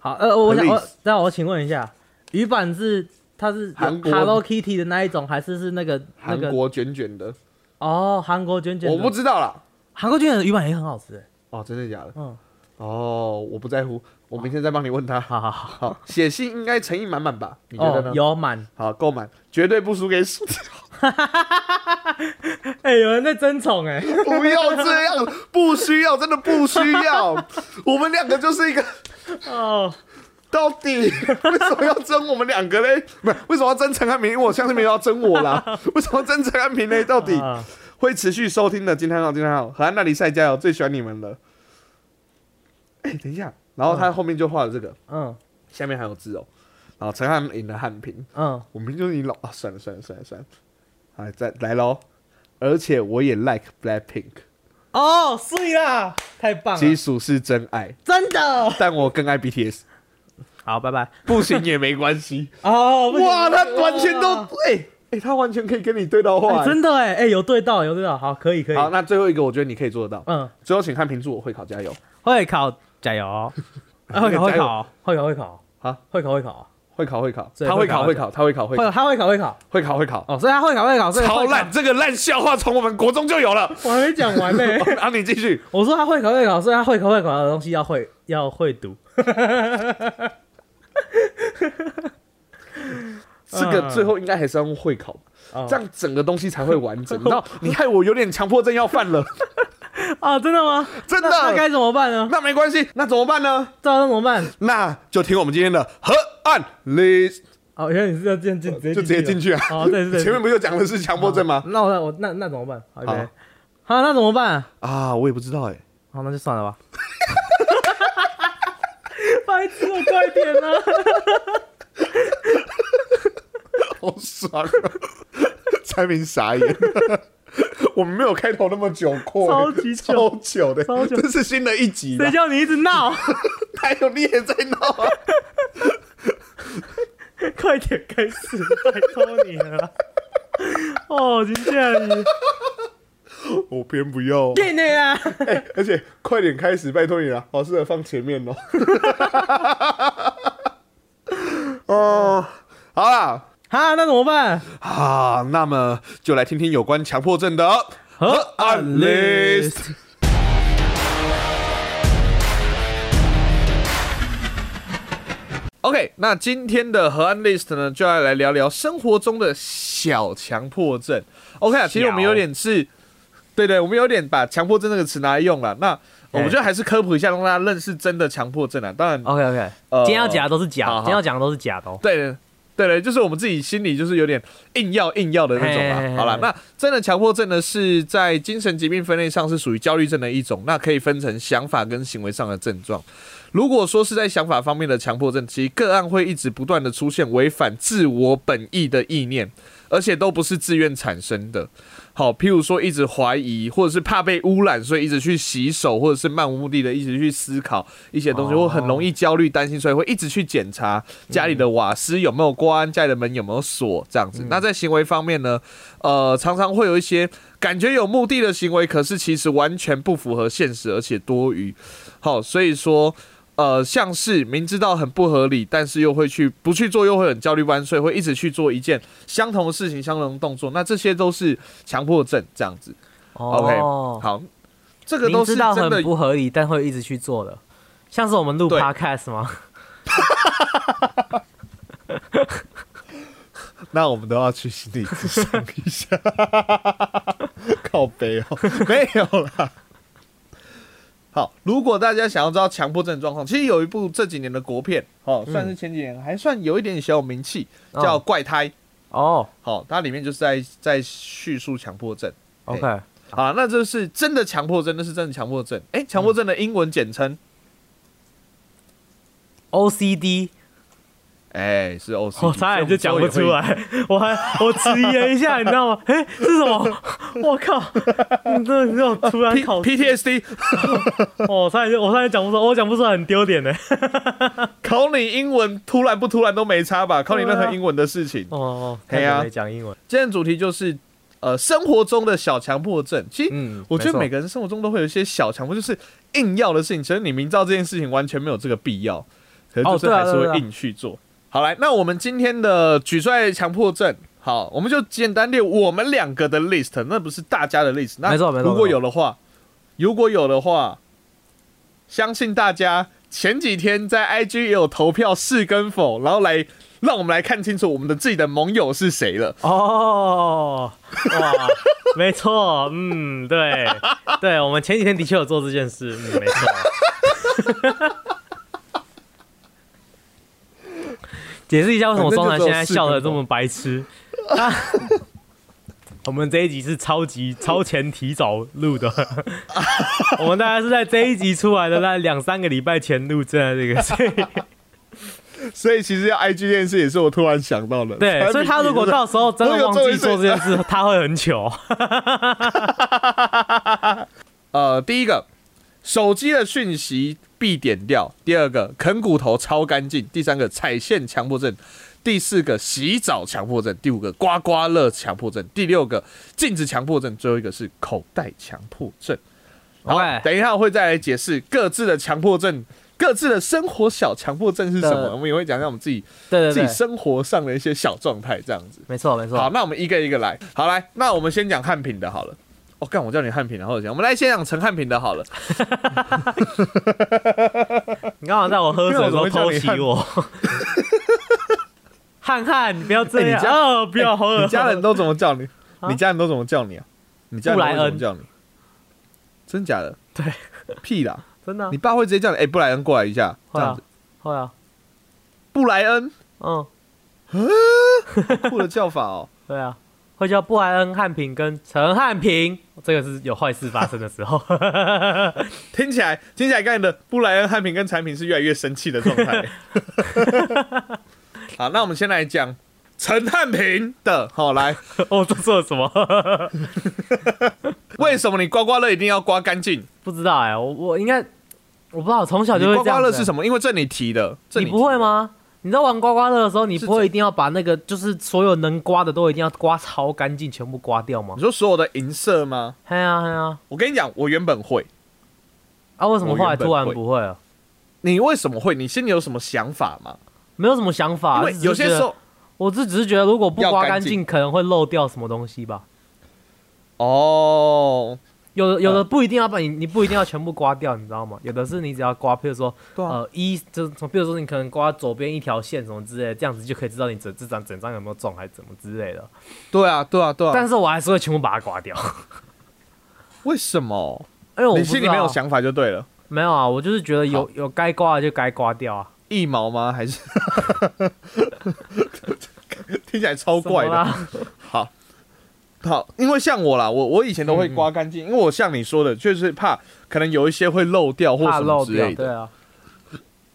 Speaker 2: 好，呃，我想
Speaker 1: Police
Speaker 2: 我，那我请问一下，鱼板是它是有
Speaker 1: 韩国
Speaker 2: Hello Kitty 的那一种，还是是那个那
Speaker 1: 韩
Speaker 2: 个？
Speaker 1: 国卷卷的，
Speaker 2: 哦，韩国卷卷的，
Speaker 1: 我不知道啦。
Speaker 2: 韩国卷卷的鱼板也很好吃。
Speaker 1: 哦，真的假的？
Speaker 2: 嗯，
Speaker 1: 哦，我不在乎，我明天再帮你问他。
Speaker 2: 好好好，
Speaker 1: 好，写信应该诚意满满吧？ 你觉得
Speaker 2: 哦
Speaker 1: 呢，？
Speaker 2: 有满。
Speaker 1: 好，够满，绝对不输给薯条。
Speaker 2: 哎，有人在争宠 哎，
Speaker 1: 不要这样，不需要，真的不需要。 我们两个就是一个
Speaker 2: 哦，
Speaker 1: 到底 为什么要争我们两个嘞？不是，为什么要争陈汉平？因为我相信没有要争我 啦。为什么要争陈汉平嘞？到底
Speaker 2: 啊
Speaker 1: 会持续收听的，今天好，今天好，河岸那里赛加油，最喜欢你们了。哎、等一下，然后他后面就画了这个，
Speaker 2: 嗯
Speaker 1: 下面还有字哦。然后陈汉赢了汉平，
Speaker 2: 嗯，
Speaker 1: 我们就是你老啊，算了算了算了算了，哎，再来喽。而且我也 like Blackpink，
Speaker 2: 哦，碎啦，太棒
Speaker 1: 基
Speaker 2: 了，
Speaker 1: 础是真爱，
Speaker 2: 真的。
Speaker 1: 但我更爱 BTS，
Speaker 2: 好，拜拜。
Speaker 1: 不行也没关系。
Speaker 2: 哦，不行
Speaker 1: 哇，他完全都
Speaker 2: 哇
Speaker 1: 哎哎、他完全可以跟你对到话、
Speaker 2: 哎真的哎哎，有对到，有对到，好，可以可以。
Speaker 1: 好，那最后一个我觉得你可以做得到。
Speaker 2: 嗯，
Speaker 1: 最后请看评注，我会考，加油！
Speaker 2: 会考加 油哦，啊会考会
Speaker 1: 加油
Speaker 2: 考哦，会考会考哦，
Speaker 1: 好
Speaker 2: 会考会考哦，
Speaker 1: 会考会考，
Speaker 2: 对
Speaker 1: 他会
Speaker 2: 会
Speaker 1: 考
Speaker 2: 考
Speaker 1: 会考，他会考会
Speaker 2: 会
Speaker 1: 考
Speaker 2: 他会考会考
Speaker 1: 会考会考，
Speaker 2: 哦，所以他会考会考，所以会
Speaker 1: 超
Speaker 2: 考
Speaker 1: 烂！，这个烂笑话从我们国中就有了。
Speaker 2: 我还没讲完 呢。
Speaker 1: 啊，你继续。
Speaker 2: 我说他会考会考，所以他会考会考的东西要会要会读。
Speaker 1: 这个
Speaker 2: 嗯
Speaker 1: 最后应该还是要用会考吧，
Speaker 2: 哦
Speaker 1: 这样整个东西才会完整。你知 道，你害我有点强迫症要犯了，
Speaker 2: 啊，真的吗？
Speaker 1: 真的
Speaker 2: 那那该怎么办呢？
Speaker 1: 那没关系，那怎么办呢？
Speaker 2: 这要怎么办？
Speaker 1: 那就听我们今天的河岸 list，
Speaker 2: 哦，原来你是要进进直接
Speaker 1: 就直接进
Speaker 2: 去
Speaker 1: 去啊。
Speaker 2: 哦对对对
Speaker 1: 前面不就讲的是强迫症吗
Speaker 2: 哦？那我我那那怎么办？OK，
Speaker 1: 好
Speaker 2: 好，那怎么办？
Speaker 1: 啊，我也不知道哎。
Speaker 2: 好，那就算了吧。 白痴，我快点啊！
Speaker 1: 好爽、啊！蔡明傻眼， 我们没有开头那么久过，欸
Speaker 2: 超级
Speaker 1: 超
Speaker 2: 久
Speaker 1: 久的，欸
Speaker 2: 超久
Speaker 1: 这是新的一集吧
Speaker 2: 谁？叫你一直闹？
Speaker 1: 还有你也在闹、啊，
Speaker 2: 快点开始，拜托你了啦。 哦，真的你
Speaker 1: 我偏不要、
Speaker 2: 给你啊！
Speaker 1: 哎而且快点开始，拜托你了，好适合放前面 哦。哦，好啦，
Speaker 2: 哈，那怎么办？
Speaker 1: 啊，那么就来听听有关强迫症的
Speaker 2: 和
Speaker 1: 案 list。OK，那今天的河岸 list 呢，就要来聊聊生活中的小强迫症。OK 啊，其实我们有点是，对对，我们有点把强迫症这个词拿来用了。那我们
Speaker 2: 哎
Speaker 1: 觉得还是科普一下，让大家认识真的强迫症啊。当然，
Speaker 2: OK OK，
Speaker 1: 呃
Speaker 2: 今天要讲的都是假，
Speaker 1: 好好
Speaker 2: 今天要讲的都是假的哦。
Speaker 1: 对对对对，就是我们自己心里就是有点硬要硬要的那种
Speaker 2: 嘿嘿
Speaker 1: 啦。
Speaker 2: 嘿
Speaker 1: 好了，那真的强迫症呢，是在精神疾病分类上是属于焦虑症的一种，那可以分成想法跟行为上的症状。如果说是在想法方面的强迫症，其实个案会一直不断的出现违反自我本意的意念，而且都不是自愿产生的。好，譬如说一直怀疑，或者是怕被污染，所以一直去洗手，或者是漫无目的的一直去思考一些东西，
Speaker 2: 哦
Speaker 1: 或很容易焦虑、担心，所以会一直去检查家里的瓦斯有没有关，家里的门有没有锁，这样子。那在行为方面呢，呃，常常会有一些感觉有目的的行为，可是其实完全不符合现实，而且多余。好，所以说。呃，像是明知道很不合理，但是又会去不去做，又会很焦虑不安，所以会一直去做一件相同的事情、相同的动作。那这些都是强迫症这样子。OK，好，这个
Speaker 2: 哦明
Speaker 1: 都是
Speaker 2: 知道
Speaker 1: 真的
Speaker 2: 很不合理，但会一直去做的，像是我们录
Speaker 1: 对
Speaker 2: Podcast 吗？
Speaker 1: 那我们都要去心理咨商一 下，靠背哦， 没有啦。好，如果大家想要知道强迫症状况，其实有一部这几年的国片，哦，算是前几年、还算有一点小有名气，
Speaker 2: 嗯
Speaker 1: 叫《怪胎》。
Speaker 2: 哦
Speaker 1: 好、它里面就是在在叙述强迫症。
Speaker 2: 哦，OK，
Speaker 1: 好，那这是真的强迫症，那是真的强迫症。哎、强迫症的英文简称，
Speaker 2: OCD，
Speaker 1: 哎、是 OCD。
Speaker 2: 我差哦点就讲不出。来， 我还我迟疑了一下，你知道吗？ 哎、是什么？我靠！你这你这种突然
Speaker 1: P
Speaker 2: 考，
Speaker 1: PTSD
Speaker 2: 哦我差点就我差点讲不出来，我讲不出来很丢脸呢。
Speaker 1: 考你英文，突然不突然都没差吧？考你任
Speaker 2: 对
Speaker 1: 何
Speaker 2: 啊
Speaker 1: 英文的事情。
Speaker 2: 哦哦，
Speaker 1: 嘿啊
Speaker 2: 看谁讲英文，
Speaker 1: 今天的主题就是呃生活中的小强迫症。其实
Speaker 2: 嗯
Speaker 1: 我觉得每
Speaker 2: 个
Speaker 1: 个人生活中都会有一些小强迫，就是硬要的事情，其实你明知道这件事情完全没有这个必要，可是就
Speaker 2: 哦
Speaker 1: 是
Speaker 2: 对啊
Speaker 1: 还是
Speaker 2: 对啊
Speaker 1: 会
Speaker 2: 对啊
Speaker 1: 硬去做。好来，那我们今天的举出来的强迫症。好，我们就简单列我们两个的 list，那不是大家的 list。那
Speaker 2: 没错没错
Speaker 1: 如果有的话，如果有的话，相信大家前几天在 IG 也有投票是跟否，然后来让我们来看清楚我们的自己的盟友是谁了。
Speaker 2: 哦，哇，没错，嗯，对对，我们前几天的确有做这件事，嗯，没错。解释一下为什么双男现在笑的这么白痴。啊我们这一集是超级超前提早录的， 我们大概是在这一集出来的那两三个礼拜前录制的这个，所以
Speaker 1: 所以其实要 IG 这件事也是我突然想到的。
Speaker 2: 对，所以他如果到时候真的忘记做这件事，他会很糗。
Speaker 1: 呃，第一个，手机的讯息必点掉；第二个，啃骨头超干净；第三个，踩线强迫症；第四个，洗澡强迫症；第五个，刮刮乐强迫症；第六个，镜子强迫症；最后一个是口袋强迫症。好
Speaker 2: OK
Speaker 1: 等一下我会再来解释各自的强迫症。各自的生活小强迫症是什么？
Speaker 2: 对
Speaker 1: 我们也会讲讲我们自己
Speaker 2: 对对
Speaker 1: 自己
Speaker 2: 对，
Speaker 1: 生活上的一些小状态，这样子。
Speaker 2: 没错没
Speaker 1: 好，
Speaker 2: 错。
Speaker 1: 那我们一个一个来。好，来，那我们先讲汉品的好了。哦，干，我叫你汉品，然后讲，我们来先讲陈汉品的 好了。
Speaker 2: 你刚好在我喝水的时候偷袭我。 汉汉，你不要这
Speaker 1: 哎
Speaker 2: 样
Speaker 1: 你家
Speaker 2: 哦！不要喝了，
Speaker 1: 你家人都怎么叫你？
Speaker 2: 啊
Speaker 1: 你家人都怎么叫你啊？你家人
Speaker 2: 布莱
Speaker 1: 都怎
Speaker 2: 恩
Speaker 1: 么叫你？真假的？
Speaker 2: 对，
Speaker 1: 屁啦！
Speaker 2: 真的啊
Speaker 1: 你爸会直接叫你，哎、布莱恩过来一下，这
Speaker 2: 会
Speaker 1: 样
Speaker 2: 啊
Speaker 1: 子。
Speaker 2: 会啊，
Speaker 1: 布莱恩，
Speaker 2: 嗯，
Speaker 1: 酷的叫法 哦。
Speaker 2: 对啊，会叫布莱恩汉平跟陈汉平，这个是有坏事发生的时候。
Speaker 1: 听起来，听起来，刚才的布莱恩汉品跟产品是越来越生气的状 态。好，那我们先来讲陈汉平的。好，来，
Speaker 2: 哦，这做了什么？
Speaker 1: 为什么你刮刮乐一定要刮干净？
Speaker 2: 不知道哎、我我应该我不知道，我从小就会
Speaker 1: 你
Speaker 2: 这
Speaker 1: 刮
Speaker 2: 样、
Speaker 1: 刮
Speaker 2: 欸。
Speaker 1: 乐是什么？因为这你提的，这
Speaker 2: 你
Speaker 1: 提
Speaker 2: 不会吗？你在玩刮刮乐的时候，你
Speaker 1: 是
Speaker 2: 不会
Speaker 1: 这
Speaker 2: 一定要把那个就是所有能刮的都一定要刮超干净，全部刮掉吗
Speaker 1: 你？说所有的银色吗？
Speaker 2: 嘿啊嘿啊！
Speaker 1: 我跟你讲，我原本会。
Speaker 2: 啊，为什么
Speaker 1: 我
Speaker 2: 后来
Speaker 1: 原本
Speaker 2: 突然
Speaker 1: 会
Speaker 2: 不会啊了？
Speaker 1: 你为什么会？你心里有什么想法吗？
Speaker 2: 没有什么想法，啊
Speaker 1: 因为
Speaker 2: 只是
Speaker 1: 有些
Speaker 2: 觉得
Speaker 1: 时，候，
Speaker 2: 我只只是觉得如果不
Speaker 1: 要
Speaker 2: 刮
Speaker 1: 干
Speaker 2: 干
Speaker 1: 净
Speaker 2: 净，可能会漏掉什么东西吧。
Speaker 1: 哦，
Speaker 2: 有的有的
Speaker 1: 嗯
Speaker 2: 不一定要把你，你不一定要全部刮掉，你知道吗？有的是你只要刮，譬如说，
Speaker 1: 对啊
Speaker 2: 呃，一就是从，比如说你可能刮左边一条线什么之类的，这样子就可以知道你整这张整张有没有中，还是怎么之类的。
Speaker 1: 对啊，对啊，对啊。
Speaker 2: 但是我还是会全部把它刮掉，
Speaker 1: 为什么？
Speaker 2: 因为我
Speaker 1: 你
Speaker 2: 不知
Speaker 1: 心里没有
Speaker 2: 道啊
Speaker 1: 想法就对了。
Speaker 2: 没有啊，我就是觉得有
Speaker 1: 好
Speaker 2: 有该刮的就该刮掉啊。
Speaker 1: 一毛吗？还是？ 听起来超怪
Speaker 2: 什
Speaker 1: 的
Speaker 2: 么。啦，
Speaker 1: 好，好，因为像我啦，我我以前都会
Speaker 2: 嗯
Speaker 1: 刮干净，因为我像你说的，就是怕可能有一些会漏掉或
Speaker 2: 怕
Speaker 1: 什
Speaker 2: 漏
Speaker 1: 么之
Speaker 2: 掉，
Speaker 1: 类
Speaker 2: 对
Speaker 1: 的。
Speaker 2: 啊，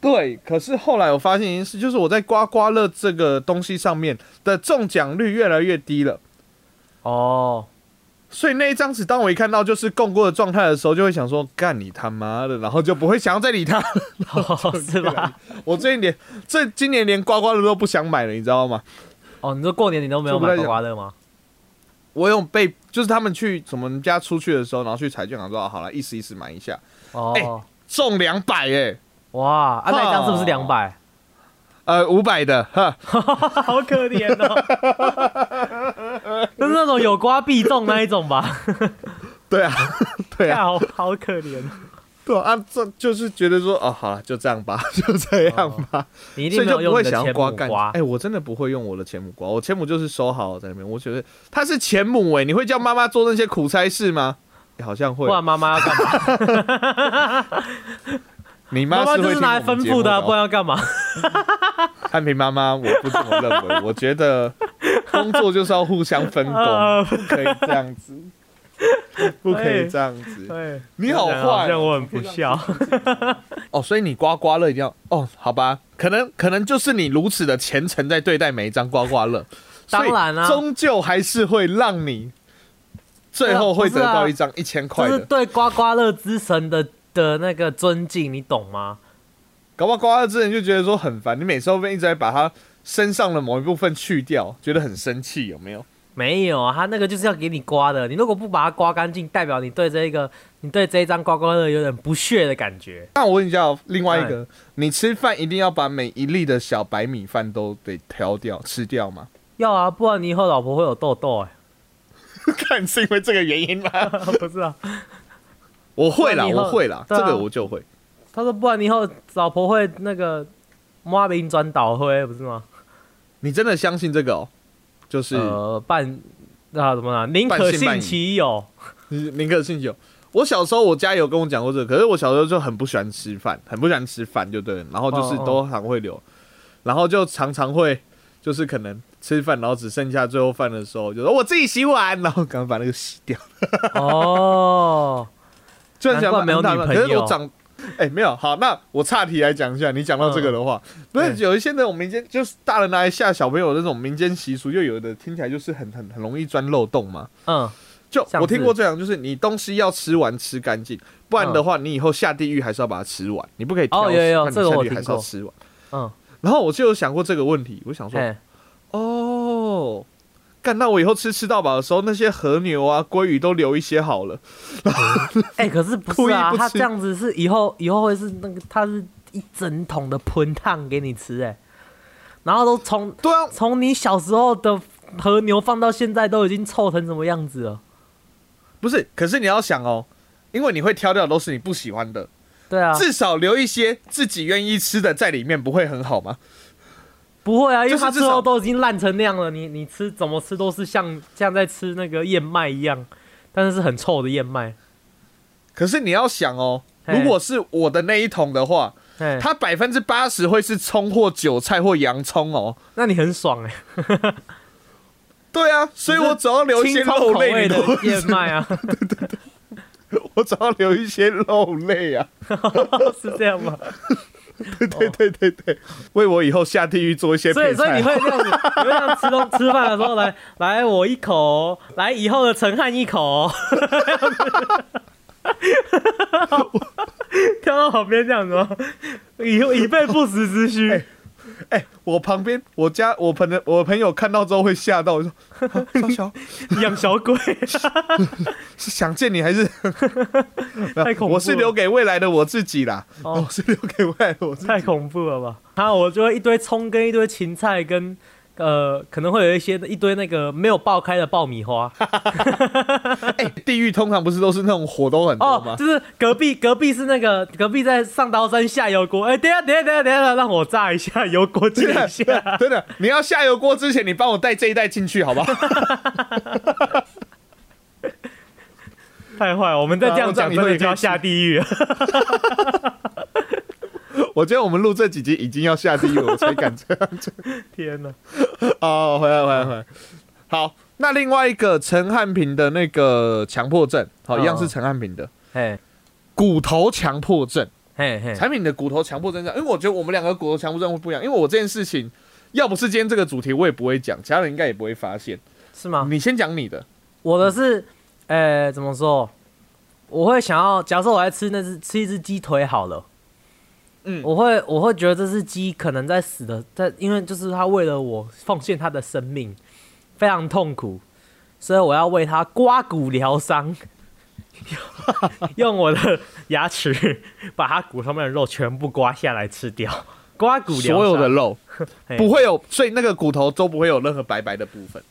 Speaker 1: 对，可是后来我发现一件事，就是我在刮刮乐这个东西上面的中奖率越来越低了，
Speaker 2: 哦，
Speaker 1: 所以那一张纸，当我一看到就是供过的状态的时候，就会想说干你他妈的，然后就不会想要再理他。
Speaker 2: 是吧？
Speaker 1: 我最近连这今年连刮刮乐都不想买了，你知道吗？
Speaker 2: 哦，你说过年你都没有
Speaker 1: 这不
Speaker 2: 买
Speaker 1: 太
Speaker 2: 刮
Speaker 1: 讲
Speaker 2: 刮乐吗？
Speaker 1: 我有被就是他们去什么家出去的时候，然后去彩券行说啊好了，意思意思买一下，
Speaker 2: 哦，
Speaker 1: 啊中两百哎，
Speaker 2: 哇，啊，那一张是不是
Speaker 1: 哦
Speaker 2: 两百？
Speaker 1: 呃五百的哈，
Speaker 2: 好可怜哦， 就是那种有瓜必中那一种 吧，
Speaker 1: 对啊 对啊
Speaker 2: 好好可怜。哦
Speaker 1: 对啊，啊这就是觉得说哦好了就这样吧， 就这样吧。
Speaker 2: 你一
Speaker 1: 所
Speaker 2: 定
Speaker 1: 以就
Speaker 2: 没有
Speaker 1: 不
Speaker 2: 用
Speaker 1: 会
Speaker 2: 你的
Speaker 1: 想
Speaker 2: 钱
Speaker 1: 要
Speaker 2: 母
Speaker 1: 干。
Speaker 2: 刮
Speaker 1: 哎、，我真的不会用我的钱母刮，我钱母就是收好在那边。我觉得它是钱母哎、你会叫妈妈做那些苦差事吗？哎好像
Speaker 2: 不
Speaker 1: 会，
Speaker 2: 然妈妈要干嘛？
Speaker 1: 你
Speaker 2: 妈
Speaker 1: 妈
Speaker 2: 妈就是拿来吩咐的 啊，不然要干嘛？
Speaker 1: 汉平哦妈妈，我不这么认为。我觉得工作就是要互相分工，
Speaker 2: 呃
Speaker 1: 不可以这样子，不可以这样 子。
Speaker 2: 对，
Speaker 1: 你好
Speaker 2: 这样哎好
Speaker 1: 坏
Speaker 2: 像
Speaker 1: 哦
Speaker 2: 我很不孝。
Speaker 1: 哦，所以你刮刮乐一定要哦，好吧？可能可能就是你如此的虔诚在对待每一张刮刮乐，
Speaker 2: 当然啊
Speaker 1: 所以终究还是会让你最后会得到一张一千
Speaker 2: 就
Speaker 1: 块
Speaker 2: 是
Speaker 1: 的。
Speaker 2: 对刮刮乐之神的的那个尊敬，你懂吗？
Speaker 1: 搞不好刮到之前就觉得说很烦，你每次都会一直在把它身上的某一部分去掉，觉得很生气，有没有？
Speaker 2: 没有啊，他那个就是要给你刮的，你如果不把它刮干净，代表你对这个你对这一张刮刮乐有点不屑的感觉。
Speaker 1: 那我问一下另外一个，
Speaker 2: 哎
Speaker 1: 你吃饭一定要把每一粒的小白米饭都得挑掉吃掉吗？
Speaker 2: 要啊，不然你以后老婆会有痘痘哎、
Speaker 1: 看是因为这个原因吗？
Speaker 2: 不是啊，
Speaker 1: 我会啦，
Speaker 2: 那你以后
Speaker 1: 我会啦，
Speaker 2: 对啊
Speaker 1: 这个我就会。
Speaker 2: 他说不然你以后老婆会那个抹冰转倒灰，不是吗？
Speaker 1: 你真的相信这个哦？就是
Speaker 2: 呃，半啊怎么啦？宁可
Speaker 1: 半信半
Speaker 2: 信
Speaker 1: 疑
Speaker 2: 其有，
Speaker 1: 你宁可信有。我小时候我家有跟我讲过这个，可是我小时候就很不喜欢吃饭，很不喜欢吃饭就对了，然后就是
Speaker 2: 哦哦
Speaker 1: 都常会留，然后就常常会就是可能吃饭，然后只剩下最后饭的时候，就哦说我自己洗碗，然后赶快把那个洗掉。
Speaker 2: 哦，
Speaker 1: 就很想
Speaker 2: 难怪没有
Speaker 1: 把
Speaker 2: 女朋
Speaker 1: 可是
Speaker 2: 友
Speaker 1: 我长哎、没有好，那我岔题来讲一下，你讲到这个的 话，
Speaker 2: 嗯
Speaker 1: 不是有一些那种民间就是大人拿来吓小朋友的那种民间习俗，又有的听起来就是很很很容易钻漏洞嘛。
Speaker 2: 嗯，
Speaker 1: 就
Speaker 2: 像
Speaker 1: 我听
Speaker 2: 是
Speaker 1: 过这样，就是你东西要吃完吃干净，不然的
Speaker 2: 嗯
Speaker 1: 话你以后下地狱还是要把它吃完，你不可以挑
Speaker 2: 哦
Speaker 1: 食，
Speaker 2: 有有
Speaker 1: 但你
Speaker 2: 这个
Speaker 1: 下
Speaker 2: 我
Speaker 1: 地狱
Speaker 2: 听
Speaker 1: 还是要
Speaker 2: 过
Speaker 1: 吃完。
Speaker 2: 嗯，
Speaker 1: 然后我就有想过这个问题，我想说，
Speaker 2: 哎，
Speaker 1: 哦，干，那我以后吃吃到饱的时候，那些和牛啊、鲑鱼都留一些好了。
Speaker 2: 哎、可是不
Speaker 1: 故
Speaker 2: 是
Speaker 1: 意
Speaker 2: 啊？
Speaker 1: 不
Speaker 2: 他
Speaker 1: 吃
Speaker 2: 这样子是以后以后会是那个，他是一整桶的喷烫给你吃、哎，然后都从
Speaker 1: 对啊，
Speaker 2: 从你小时候的和牛放到现在都已经臭成什么样子了？
Speaker 1: 不是，可是你要想哦，因为你会挑掉的都是你不喜欢的，
Speaker 2: 对啊，
Speaker 1: 至少留一些自己愿意吃的在里面，不会很好吗？
Speaker 2: 不会啊，因
Speaker 1: 就
Speaker 2: 为
Speaker 1: 是
Speaker 2: 它
Speaker 1: 至
Speaker 2: 最
Speaker 1: 少
Speaker 2: 后都已经烂成那样了，你你吃怎么吃都是像像在吃那个燕麦一样，但是是很臭的燕麦。
Speaker 1: 可是你要想哦，
Speaker 2: 嘿
Speaker 1: 如果是我的那一桶的话，
Speaker 2: 哎，
Speaker 1: 它百分之八十会是葱或韭菜或洋葱哦。
Speaker 2: 那你很爽哎、
Speaker 1: 对啊，所以我只要留一些
Speaker 2: 清汤口
Speaker 1: 肉类，
Speaker 2: 味
Speaker 1: 你
Speaker 2: 的
Speaker 1: 懂我意
Speaker 2: 燕
Speaker 1: 思吗
Speaker 2: 麦啊，
Speaker 1: 我只要留一些肉类啊。
Speaker 2: 是这样吗？
Speaker 1: 对对对对，为我以后下地狱做一 些
Speaker 2: 所以
Speaker 1: 配
Speaker 2: 所以
Speaker 1: 菜
Speaker 2: 你
Speaker 1: 啊。
Speaker 2: 会这样子，你会这样吃东吃饭的时候来来我一口，来以后的陈汉 一口， 跳到旁边这样子吗？以后以备不时之需。
Speaker 1: 哎哎、我旁边我家我朋友我朋友看到之后会吓到，我 说：“啊张小
Speaker 2: 养小鬼，
Speaker 1: 是想见你还 是？
Speaker 2: 太恐怖了
Speaker 1: 我是留给未来的我自己啦。
Speaker 2: 哦
Speaker 1: 我是留给未来的我自己。
Speaker 2: 太恐怖了吧？他我就会一堆葱跟一堆芹菜跟呃，可能会有一些一堆那个没有爆开的爆米花
Speaker 1: 哎、地狱通常不是都是那种火都很多
Speaker 2: 哦
Speaker 1: 吗，？
Speaker 2: 就是隔壁隔壁是那个隔壁在上刀山下油锅，哎、等一下等一下等一下等一下，让我炸一下油锅借
Speaker 1: 真
Speaker 2: 一
Speaker 1: 的
Speaker 2: 下，
Speaker 1: 真的，你要下油锅之前，你帮我带这一袋进去，好不好？
Speaker 2: 太坏了！我们再这样
Speaker 1: 对啊我知道
Speaker 2: 讲，
Speaker 1: 你
Speaker 2: 真
Speaker 1: 会
Speaker 2: 的就要下地狱了。
Speaker 1: 我觉得我们录这几集已经要下地狱了，我才敢这样。
Speaker 2: 天哪！
Speaker 1: 哦，回来，回来，回来。好，那另外一个陈汉平的那个强迫症，好，一样是陈汉平的
Speaker 2: 嘿，
Speaker 1: 骨头强迫症。
Speaker 2: 嘿嘿，
Speaker 1: 产品的骨头强迫症上，因为我觉得我们两个骨头强迫症会不一样，因为我这件事情。要不是今天这个主题，我也不会讲，其他人应该也不会发现。
Speaker 2: 是吗？
Speaker 1: 哦你先讲你的，
Speaker 2: 我的是，呃，怎么说？我会想要，假设我来吃那只吃一只鸡腿好了，
Speaker 1: 嗯
Speaker 2: 我会我会觉得这只鸡可能在死的，在因为就是它为了我奉献它的生命，非常痛苦，所以我要为它刮骨 疗伤，用我的牙齿 把它骨上面的肉全部刮下来吃掉，刮骨疗伤
Speaker 1: 所有的肉
Speaker 2: 嘿
Speaker 1: 不会有，所以那个骨头都不会有任何白白的部分，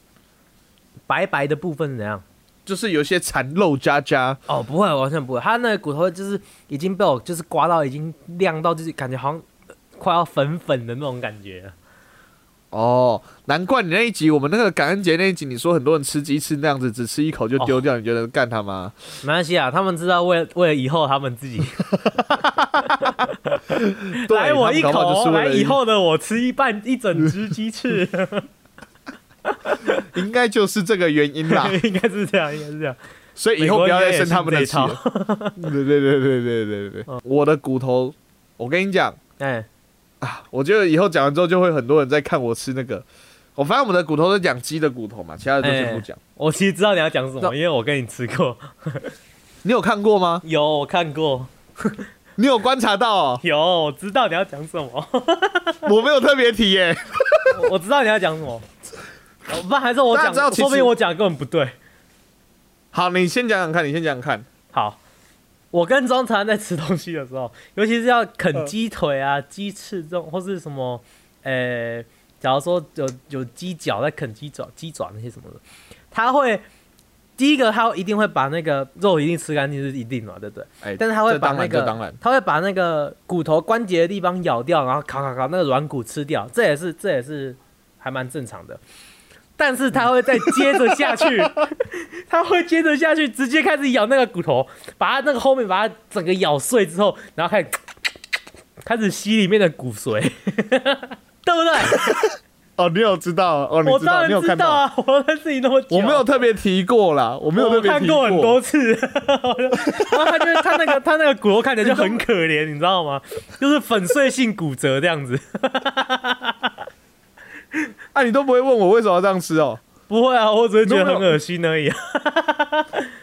Speaker 2: 白白的部分是怎样？
Speaker 1: 就是有一些残肉渣渣。
Speaker 2: 哦，不会，完全不会。他那个骨头就是已经被我就是刮到，已经亮到，就是感觉好像呃快要粉粉的那种感觉。
Speaker 1: 哦，难怪你那一集，我们那个感恩节那一集，你说很多人吃鸡吃那样子，只吃一口就丢掉，你觉得干他 妈？
Speaker 2: 没关系啊，他们知道为了为了以后他们自己
Speaker 1: 对
Speaker 2: 来我一
Speaker 1: 他们搞不好就
Speaker 2: 口，
Speaker 1: 是为
Speaker 2: 来
Speaker 1: 了
Speaker 2: 以后的我吃一半一整只鸡翅，
Speaker 1: 应该就是这个原因啦。
Speaker 2: 应该是这样，应该是这样。
Speaker 1: 所以以后不要再生他们的气
Speaker 2: 美
Speaker 1: 了。 对对对对对对对对，我的骨头，我跟你讲。
Speaker 2: 哎，
Speaker 1: 我觉得以后讲完之后，就会很多人在看我吃那个。我发现我们的骨头都讲鸡的骨头嘛，其他的就全部讲。
Speaker 2: 我其实知道你要讲什
Speaker 1: 那
Speaker 2: 么，因为我跟你吃过，
Speaker 1: 你有看过吗？
Speaker 2: 有我看过，
Speaker 1: 你有观察到哦？
Speaker 2: 有我知道你要讲什么，
Speaker 1: 我没有特别提耶、
Speaker 2: 我知道你要讲 什么。哦不然还是我
Speaker 1: 大家
Speaker 2: 讲
Speaker 1: 知道，其实
Speaker 2: 说不定我讲得根本不对。
Speaker 1: 好，你先讲讲看，你先讲讲看。
Speaker 2: 好，我跟庄常在吃东西的时候，尤其是要啃鸡腿啊、鸡翅这种，或是什么，呃，假如说有有鸡脚在啃鸡爪、鸡爪那些什么的，他会第一个他一定会把那个肉一定吃干净是一定嘛，对不对？
Speaker 1: 哎、
Speaker 2: 但是他会
Speaker 1: 这
Speaker 2: 把
Speaker 1: 当
Speaker 2: 那
Speaker 1: 然，
Speaker 2: 个
Speaker 1: 这当然，
Speaker 2: 他会把那个骨头关节的地方咬掉，然后咔咔咔那个软骨吃掉，这也是这也是还蛮正常的。但是他会再接着下 去，他会接着下去，直接开始咬那个骨头，把它那个后面把它整个咬碎之后，然后开始 开始吸里面的骨髓，对不对？
Speaker 1: 哦，你有知道哦？你
Speaker 2: 我
Speaker 1: 知
Speaker 2: 当
Speaker 1: 道，你有
Speaker 2: 然知
Speaker 1: 看
Speaker 2: 道
Speaker 1: 到？
Speaker 2: 啊，我在自己那么久，啊
Speaker 1: 我没有特别提过啦，我没有特
Speaker 2: 我
Speaker 1: 别
Speaker 2: 看
Speaker 1: 提
Speaker 2: 过很多 次，然后他就是他那个他那个骨头看起来就很可怜，你知道吗？就是粉碎性骨折这样子。
Speaker 1: 啊，你都不会问我为什么要这样吃哦。
Speaker 2: 不会啊，我只是觉得很恶心而已啊。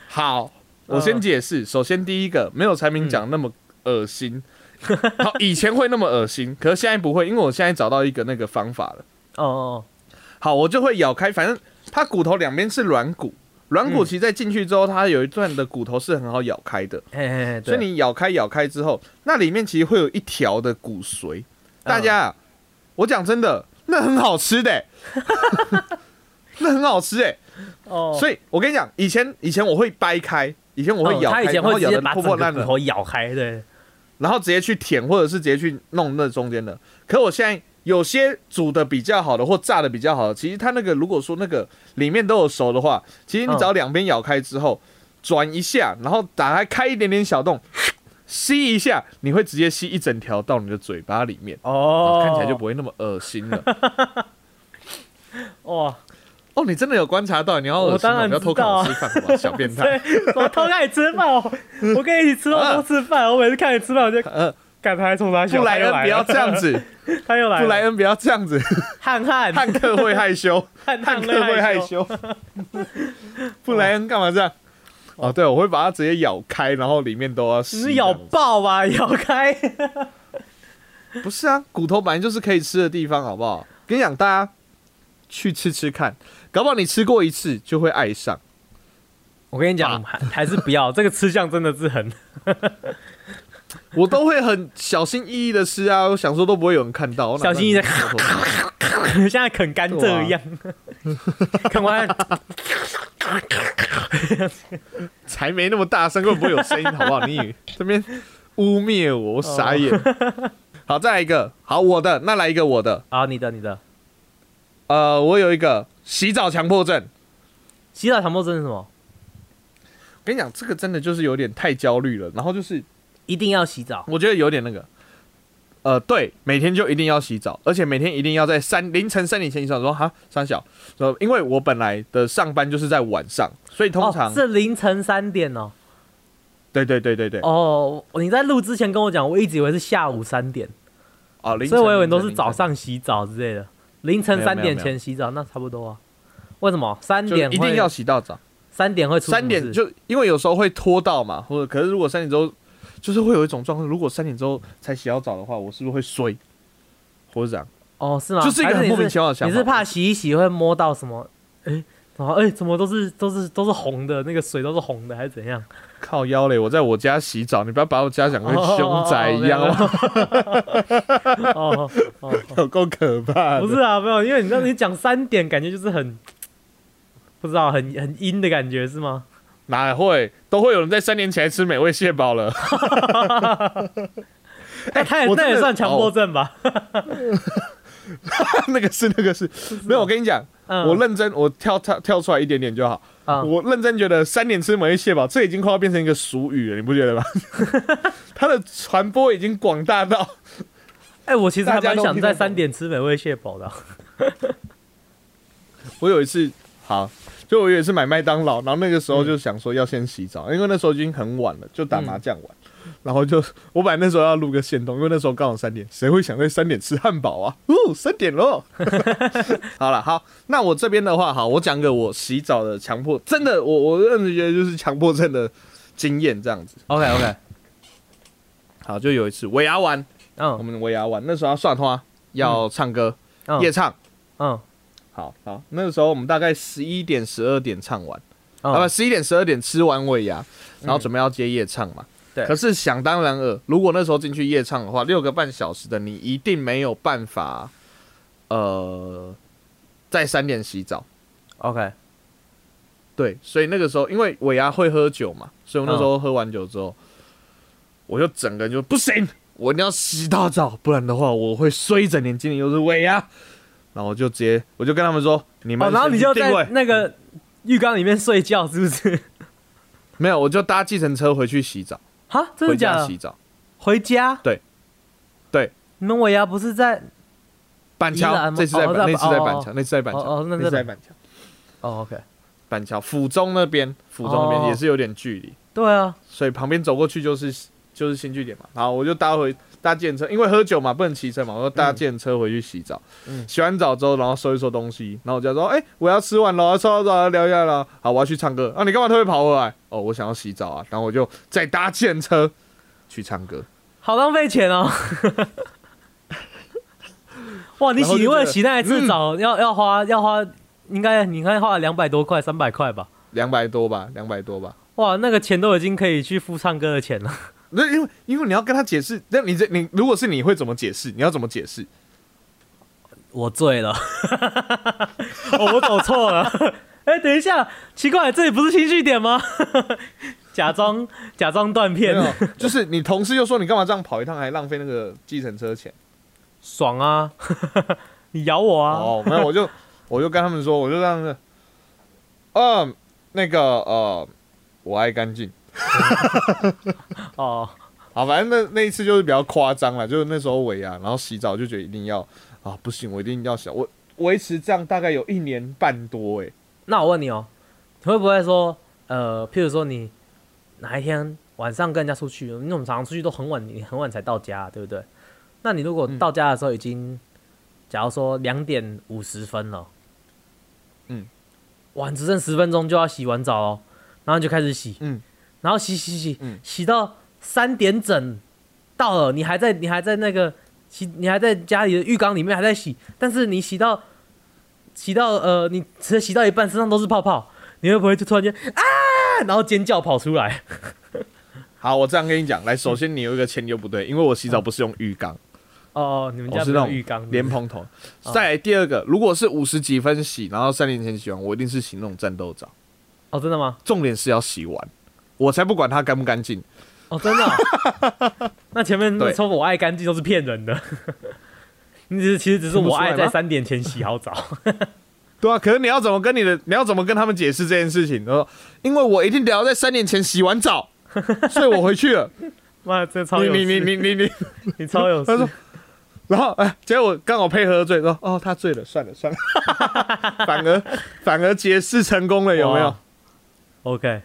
Speaker 1: 好，
Speaker 2: 嗯
Speaker 1: 我先解释。首先第一个，没有产品讲那么恶 心。好，以前会那么恶心，可是现在不会，因为我现在找到一个那个方法了。
Speaker 2: 哦哦，
Speaker 1: 好，我就会咬开，反正它骨头两边是软骨，软骨
Speaker 2: 嗯
Speaker 1: 其实在进去之后，它有一段的骨头是很好咬开的。
Speaker 2: 嘿嘿嘿，
Speaker 1: 所
Speaker 2: 对
Speaker 1: 以你咬开咬开之后，那里面其实会有一条的骨髓。大家
Speaker 2: 嗯
Speaker 1: 啊，我讲真的，那很好吃的 欸、那很好吃哎、
Speaker 2: 哦，
Speaker 1: 所以我跟你讲，以前以前我会掰开，以前我会咬
Speaker 2: 哦
Speaker 1: 开，
Speaker 2: 他以前
Speaker 1: 然后
Speaker 2: 会直
Speaker 1: 咬
Speaker 2: 接
Speaker 1: 的
Speaker 2: 把
Speaker 1: 破
Speaker 2: 整
Speaker 1: 破
Speaker 2: 个
Speaker 1: 烂
Speaker 2: 骨
Speaker 1: 烂，
Speaker 2: 头咬开，对，
Speaker 1: 然后直接去舔或者是直接去弄那中间的。可我现在有些煮的比较好的或炸的比较好的，其实它那个如果说那个里面都有熟的话，其
Speaker 2: 嗯
Speaker 1: 实你只要两边咬开之后转一下，然后打开开一点点小洞，吸一下，你会直接吸一整条到你的嘴巴里面，
Speaker 2: 哦，
Speaker 1: 看起来就不会那么恶心了。
Speaker 2: 哇，
Speaker 1: 哦，你真的有观察到？你要恶
Speaker 2: 我
Speaker 1: 心
Speaker 2: 当
Speaker 1: 吗，
Speaker 2: 然
Speaker 1: 不要偷
Speaker 2: 知
Speaker 1: 看
Speaker 2: 道
Speaker 1: 我
Speaker 2: 啊
Speaker 1: 吃饭好不好，小变态
Speaker 2: 对。，我偷看你吃饭，我我跟你一起吃
Speaker 1: 啊
Speaker 2: 饭，多吃饭，我每次看你吃饭，我就
Speaker 1: 呃，
Speaker 2: 干他还冲他笑，
Speaker 1: 布莱恩不要这样
Speaker 2: 子，
Speaker 1: 子，
Speaker 2: 他又来
Speaker 1: 布
Speaker 2: 了，
Speaker 1: 莱恩不要这样子，
Speaker 2: 汉汉
Speaker 1: 汉克会害羞，
Speaker 2: 汉
Speaker 1: 汉克会害， 羞。布莱恩干嘛这样？哦，对，我会把它直接咬开，然后里面都要
Speaker 2: 你
Speaker 1: 吸。
Speaker 2: 是咬
Speaker 1: 这样
Speaker 2: 爆吧， 咬开。
Speaker 1: 子不是啊，骨头本来就是可以吃的地方，好不好？跟你讲，大家去吃吃看，搞不好你吃过一次就会爱上。
Speaker 2: 我跟你
Speaker 1: 啊
Speaker 2: 讲，还还是不要，这个吃相真的是很
Speaker 1: 我都会很小心翼翼的吃啊，我想说都不会有人看到。我哪知道
Speaker 2: 小心翼翼地
Speaker 1: 你吃过 头
Speaker 2: 像在啃甘蔗一样，
Speaker 1: 啊
Speaker 2: 啃完
Speaker 1: 才没那么大声，根本不会有声音，好不好？你以为这边污蔑我，我傻眼。
Speaker 2: 哦
Speaker 1: 好，再来一个，好，我的，那来一个我的，
Speaker 2: 啊，你的你的
Speaker 1: 呃，我有一个洗澡强迫症。
Speaker 2: 洗澡强迫症是什么？
Speaker 1: 我跟你讲，这个真的就是有点太焦虑了，然后就是
Speaker 2: 一定要洗澡，
Speaker 1: 我觉得有点那个，呃，对，每天就一定要洗澡，而且每天一定要在三凌晨三点前洗澡。说哈，三小，呃，因为我本来的上班就是在晚上，所以通常、
Speaker 2: 哦、是凌晨三点哦。
Speaker 1: 对对对对对，哦，
Speaker 2: 哦，你在录之前跟我讲，我一直以为是下午三点，
Speaker 1: 凌晨，
Speaker 2: 所以我以为都
Speaker 1: 凌
Speaker 2: 是
Speaker 1: 晨
Speaker 2: 早，上洗澡之类的。凌晨三
Speaker 1: 没有
Speaker 2: 点
Speaker 1: 没有
Speaker 2: 前洗澡，那差不多啊。为什么三
Speaker 1: 凌晨
Speaker 2: 点
Speaker 1: 就一定要
Speaker 2: 会
Speaker 1: 洗到澡，
Speaker 2: 三点会出什么
Speaker 1: 三点
Speaker 2: 事
Speaker 1: 就因为有时候会拖到嘛，或者可是如果三点之后，就是会有一种状况，如果三点之后才洗到澡的话，我是不是会衰，或者这样？
Speaker 2: 哦是吗？
Speaker 1: 就是一个
Speaker 2: 还
Speaker 1: 很
Speaker 2: 你
Speaker 1: 莫名其妙的想法。
Speaker 2: 你是怕洗一洗会摸到什么？哎、然后哎、怎么都是都是都是红的，那个水都是红的，还是怎样？
Speaker 1: 靠腰嘞？我在我家洗澡，你不要把我家讲跟凶宅一样，
Speaker 2: 哦 哦哦哦哦，
Speaker 1: 有够可怕的。
Speaker 2: 不是啊，没有，因为你知道你讲三点，感觉就是很不知道很很阴的感觉是吗？
Speaker 1: 哪会都会有人在三年前吃美味蟹堡了。
Speaker 2: 哎、他也
Speaker 1: 我真
Speaker 2: 那
Speaker 1: 的哦
Speaker 2: 也算强迫症吧？
Speaker 1: 那个是那个是，没有。我跟你讲，
Speaker 2: 嗯，
Speaker 1: 我认真，我跳跳跳出来一点点就好。
Speaker 2: 啊
Speaker 1: 我认真觉得三年吃美味蟹堡，这已经快要变成一个俗语了，你不觉得 吗？它的传播已经广大到
Speaker 2: 哎、我其实还
Speaker 1: 大家
Speaker 2: 蛮
Speaker 1: 都
Speaker 2: 想
Speaker 1: 听得
Speaker 2: 在
Speaker 1: 懂
Speaker 2: 三点吃美味蟹 堡的啊、
Speaker 1: 我有一次，好，就我有一次买麦当劳，然后那个时候
Speaker 2: 嗯
Speaker 1: 就想说要先洗澡，因为那时候已经很晚了，就打麻将玩。
Speaker 2: 嗯
Speaker 1: 然后就 我本来那时候要录个线动，因为那时候刚好三点，谁会想在三点吃汉堡啊？哦，三点 喽。 好了，好，那我这边的话，好，我讲个我洗澡的强迫，真的，我我认真觉得就是强迫症的经验这样子。
Speaker 2: OK OK，
Speaker 1: 好，就有一次尾牙玩，我
Speaker 2: 嗯
Speaker 1: 们尾牙玩，那时候要算花，要唱歌，
Speaker 2: 嗯
Speaker 1: 夜唱。
Speaker 2: 嗯
Speaker 1: 好好，那个时候我们大概十一点、十二点唱完。啊不，
Speaker 2: 嗯，
Speaker 1: 十一点十二点吃完尾牙，然后准备要接夜唱嘛。
Speaker 2: 对
Speaker 1: 可是想当然尔，如果那时候进去夜唱的话，六个半小时的你一定没有办法，呃，在三点洗澡。
Speaker 2: OK，
Speaker 1: 对，所以那个时候因为尾牙会喝酒嘛，所以我那时候喝完酒之后，我就整个就不行，我一定要洗到澡，不然的话我会睡一整年，今年又是尾牙。然后我就直接我就跟他们说，你们
Speaker 2: 哦，然后你
Speaker 1: 先
Speaker 2: 就
Speaker 1: 去
Speaker 2: 在
Speaker 1: 定位
Speaker 2: 那个浴缸里面睡觉，是不是？
Speaker 1: 没有，我就搭计程车回去洗澡，
Speaker 2: 哈，真
Speaker 1: 回
Speaker 2: 的假
Speaker 1: 家
Speaker 2: 的
Speaker 1: 洗？澡。
Speaker 2: 回家？
Speaker 1: 对对，
Speaker 2: 你们尾牙不是在
Speaker 1: 板
Speaker 2: 宜
Speaker 1: 桥
Speaker 2: 兰吗
Speaker 1: 这次在
Speaker 2: 哦
Speaker 1: 板
Speaker 2: 在
Speaker 1: 那次在
Speaker 2: 哦
Speaker 1: 板桥，那次在板
Speaker 2: 哦
Speaker 1: 桥
Speaker 2: 哦，那
Speaker 1: 次
Speaker 2: 在
Speaker 1: 在板桥，
Speaker 2: 哦，OK，
Speaker 1: 板桥府中那边，府中那
Speaker 2: 哦
Speaker 1: 边也是有点距离，
Speaker 2: 对啊，
Speaker 1: 所以旁边走过去就是就是新据点嘛。然后我就搭回搭电车，因为喝酒嘛，不能骑车嘛，我就搭电车回去洗澡。
Speaker 2: 嗯
Speaker 1: 洗完澡之后，然后收一收东西，然后我就说：“哎、我要吃完了，收到早聊一下了。好，我要去唱歌。啊，你干嘛特别跑回来？哦，我想要洗澡啊。然后我就再搭电车去唱歌。
Speaker 2: 好浪费钱哦。 哇，你
Speaker 1: 然后就
Speaker 2: 洗你为了
Speaker 1: 觉得
Speaker 2: 洗那一次
Speaker 1: 嗯
Speaker 2: 澡要要花要花，应该你看花了两百多块三百块吧？
Speaker 1: 两百多吧，两百多吧。
Speaker 2: 哇，那个钱都已经可以去付唱歌的钱了。
Speaker 1: 那因为因为你要跟他解释，那你这你如果是你会怎么解释？你要怎么解释？
Speaker 2: 我醉了， 哦，我走错了。 哎、等一下，奇怪，这里不是新据点吗？ 假装假装断
Speaker 1: 没
Speaker 2: 片
Speaker 1: 有，就是你同事又说你干嘛这样跑一趟，还浪费那个计程车钱。
Speaker 2: 爽啊！ 你咬我啊！
Speaker 1: 哦，没有，我就我就跟他们说，我就这样子，嗯，那个呃，我爱干净。
Speaker 2: 哦
Speaker 1: 好，反正那那一次就是比较夸张了，就是那时候尾牙，然后洗澡就觉得一定要啊，不行，我一定要洗。我维持这样大概有一年半多、欸，
Speaker 2: 那我问你哦，你会不会说，呃，譬如说你哪一天晚上跟人家出去，因为我们常常出去都很晚，你很晚才到家，对不对？那你如果到家的时候已经，假如说两点五十分了，
Speaker 1: 嗯，
Speaker 2: 哇，你只剩十分钟就要洗完澡哦，然后你就开始洗，
Speaker 1: 嗯，
Speaker 2: 然后洗洗洗，
Speaker 1: 嗯
Speaker 2: 洗到三点整到了，你还在你还在那个洗，你还在家里的浴缸里面还在洗，但是你洗到洗到呃，你只洗到一半身上都是泡泡，你会不会就突然间啊，然后尖叫跑出来？
Speaker 1: 好，我这样跟你讲，来，首先你有一个前提就不对，因为我洗澡不是用浴缸，
Speaker 2: 哦，你们
Speaker 1: 我
Speaker 2: 家
Speaker 1: 是
Speaker 2: 没
Speaker 1: 那
Speaker 2: 有
Speaker 1: 种
Speaker 2: 浴缸，哦
Speaker 1: 莲蓬 头。再来第二个，如果是五十几分洗，然后三年前洗完，我一定是洗那种战斗澡，
Speaker 2: 哦，真的吗？
Speaker 1: 重点是要洗完，我才不管它干不干净。
Speaker 2: 哦，真的哦、 那前面
Speaker 1: 对
Speaker 2: 说我爱干净都是骗人的，你只是其实只是
Speaker 1: 听不
Speaker 2: 我
Speaker 1: 出来
Speaker 2: 爱在
Speaker 1: 吗
Speaker 2: 三点前洗好澡。
Speaker 1: 对啊，可是你要怎么跟你的，你 要怎么跟他们解释这件事情？他说，因为我一定得要在三年前洗完 澡，所以我回去了。
Speaker 2: 妈，这超
Speaker 1: 你
Speaker 2: 有
Speaker 1: 你你
Speaker 2: 你
Speaker 1: 你你你，
Speaker 2: 你超有
Speaker 1: 他说
Speaker 2: 事，
Speaker 1: 然后哎，结果刚好配合醉，说哦他醉了，算了算 了，反而反而解释成功了，有没有
Speaker 2: 哇？OK，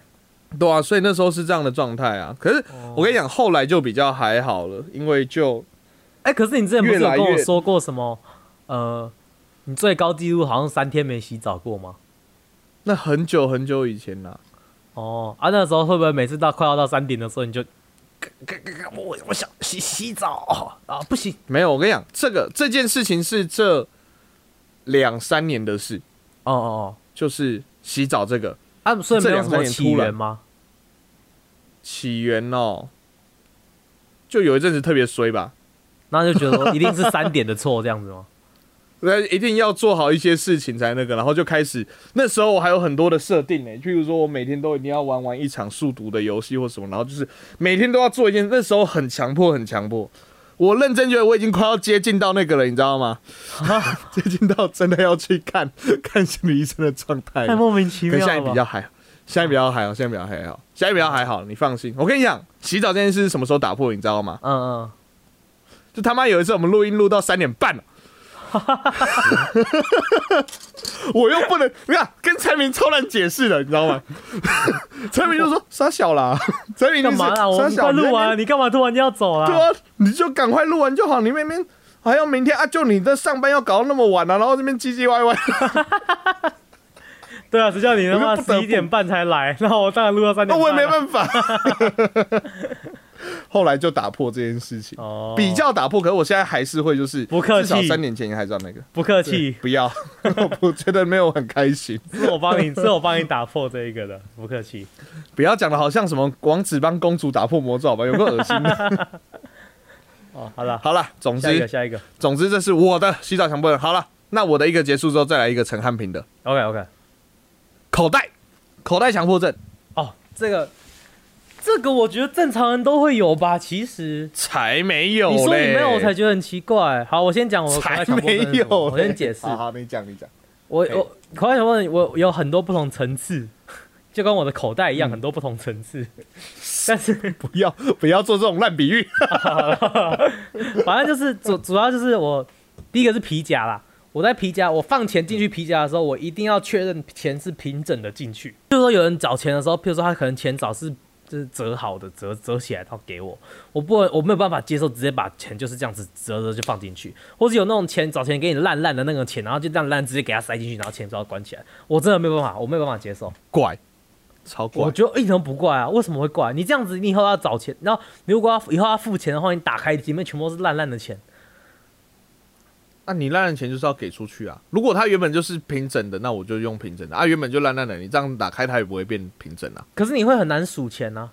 Speaker 1: 对啊，所以那时候是这样的状态啊。可是我跟你讲，后来就比较还好了，因为就
Speaker 2: 哎、可是你之前不是
Speaker 1: 越
Speaker 2: 有
Speaker 1: 来
Speaker 2: 跟我
Speaker 1: 越
Speaker 2: 说过什么？呃，你最高纪录好像三天没洗澡过吗？
Speaker 1: 那很久很久以前啦、
Speaker 2: 哦，啊，那时候会不会每次到快要到三点的时候，你就，我我想洗洗澡啊，不行，
Speaker 1: 没有。我跟你讲，这个这件事情是这两三年的事，
Speaker 2: 哦哦哦，
Speaker 1: 就是洗澡这个
Speaker 2: 啊，所以没
Speaker 1: 这
Speaker 2: 有什
Speaker 1: 两三
Speaker 2: 么
Speaker 1: 年
Speaker 2: 起
Speaker 1: 突然
Speaker 2: 源吗？
Speaker 1: 起源哦。就有一阵子特别衰吧，
Speaker 2: 然后就觉得说一定是三点的错这样子吗？
Speaker 1: 那一定要做好一些事情才那个，然后就开始。那时候我还有很多的设定呢、譬如说我每天都一定要玩完一场数独的游戏或什么，然后就是每天都要做一件。那时候很强迫，很强迫。我认真觉得我已经快要接近到那个了，你知道吗？ 接近到真的要去看 看心理医生的状态
Speaker 2: 太
Speaker 1: 了。
Speaker 2: 莫名其
Speaker 1: 跟
Speaker 2: 妙
Speaker 1: 现在比
Speaker 2: 了吧。
Speaker 1: 较还好，现在比较还好，现在比较还好，现在比较还好。你放心，我跟你讲，洗澡这件事是什么时候打破，你知道吗？
Speaker 2: 嗯嗯，
Speaker 1: 就他妈有一次我们录音录到三点 半了，我又不能，你看跟陈明超难解释的，你知道 吗？陈明就说傻小啦，陈明就
Speaker 2: 干
Speaker 1: 是
Speaker 2: 嘛啦？我
Speaker 1: 傻
Speaker 2: 们
Speaker 1: 小
Speaker 2: 快录完，了，
Speaker 1: 你
Speaker 2: 你干嘛突然间要走
Speaker 1: 那边
Speaker 2: 啊？
Speaker 1: 对啊，你就赶快录完就好，你明明还要明天啊，就你这上班要搞到那么晚啊，然后这边唧唧 歪歪，
Speaker 2: 对啊，谁叫你他妈
Speaker 1: 我就不得
Speaker 2: 十
Speaker 1: 不
Speaker 2: 一点半才来？然后我当然录到三
Speaker 1: 那
Speaker 2: 点半啊。
Speaker 1: 我也没办法。 后来就打破这件事情，
Speaker 2: 哦，
Speaker 1: 比较打破，可是我现在还是会就是
Speaker 2: 不客气
Speaker 1: 至少三年前还知道那个。
Speaker 2: 不客
Speaker 1: 对
Speaker 2: 气，
Speaker 1: 不要， 我觉得没有很开心。
Speaker 2: 是我帮你，是我帮你打破这一个的，不客气。
Speaker 1: 不要讲的好像什么王子帮公主打破魔咒好吧，有个恶心 的。
Speaker 2: 哦，好了，
Speaker 1: 好了，总
Speaker 2: 下一个，
Speaker 1: 之
Speaker 2: 下一个。
Speaker 1: 总之这是我的洗澡强迫症。好了，那我的一个结束之后，再来一个陈汉平的
Speaker 2: OK OK。
Speaker 1: 口袋口袋强迫症，
Speaker 2: 哦，这个，这个我觉得正常人都会有吧。其实
Speaker 1: 才没有
Speaker 2: 你说你
Speaker 1: 嘞
Speaker 2: 没有，我才觉得很奇怪。好，我先讲我口袋
Speaker 1: 才
Speaker 2: 强迫
Speaker 1: 没
Speaker 2: 症是什
Speaker 1: 有嘞。
Speaker 2: 么，我先解释。
Speaker 1: 好好，你讲你讲。
Speaker 2: 我
Speaker 1: 嘿
Speaker 2: 我口袋强迫症，我有很多不同层次，就跟我的口袋一
Speaker 1: 嗯
Speaker 2: 样，很多不同层次。但是
Speaker 1: 不要不要做这种烂比喻。
Speaker 2: 反正就是主主要就是我第一个是皮夹啦，我在皮夹我放钱进去皮夹的时候，我一定要确认钱是平整的进去。譬如说有人找钱的时候，譬如说他可能钱找是就是折好的，折折起来然后给我，我不我没有办法接受直接把钱就是这样子折折就放进去，或是有那种钱找钱给你烂烂的那个钱，然后就这样烂直接给他塞进去，然后钱包关起来，我真的没有办法，我没有办法接受。
Speaker 1: 怪，超
Speaker 2: 我
Speaker 1: 怪，
Speaker 2: 觉得一点都不怪啊，为什么会怪？你这样子，你以后要找钱，然后你如果要以后要付钱的话，你打开里面全部都是烂烂的钱，
Speaker 1: 那、你烂烂钱就是要给出去啊。如果它原本就是平整的，那我就用平整的啊。原本就烂烂的，你这样打开它也不会变平整啊。
Speaker 2: 可是你会很难数钱啊。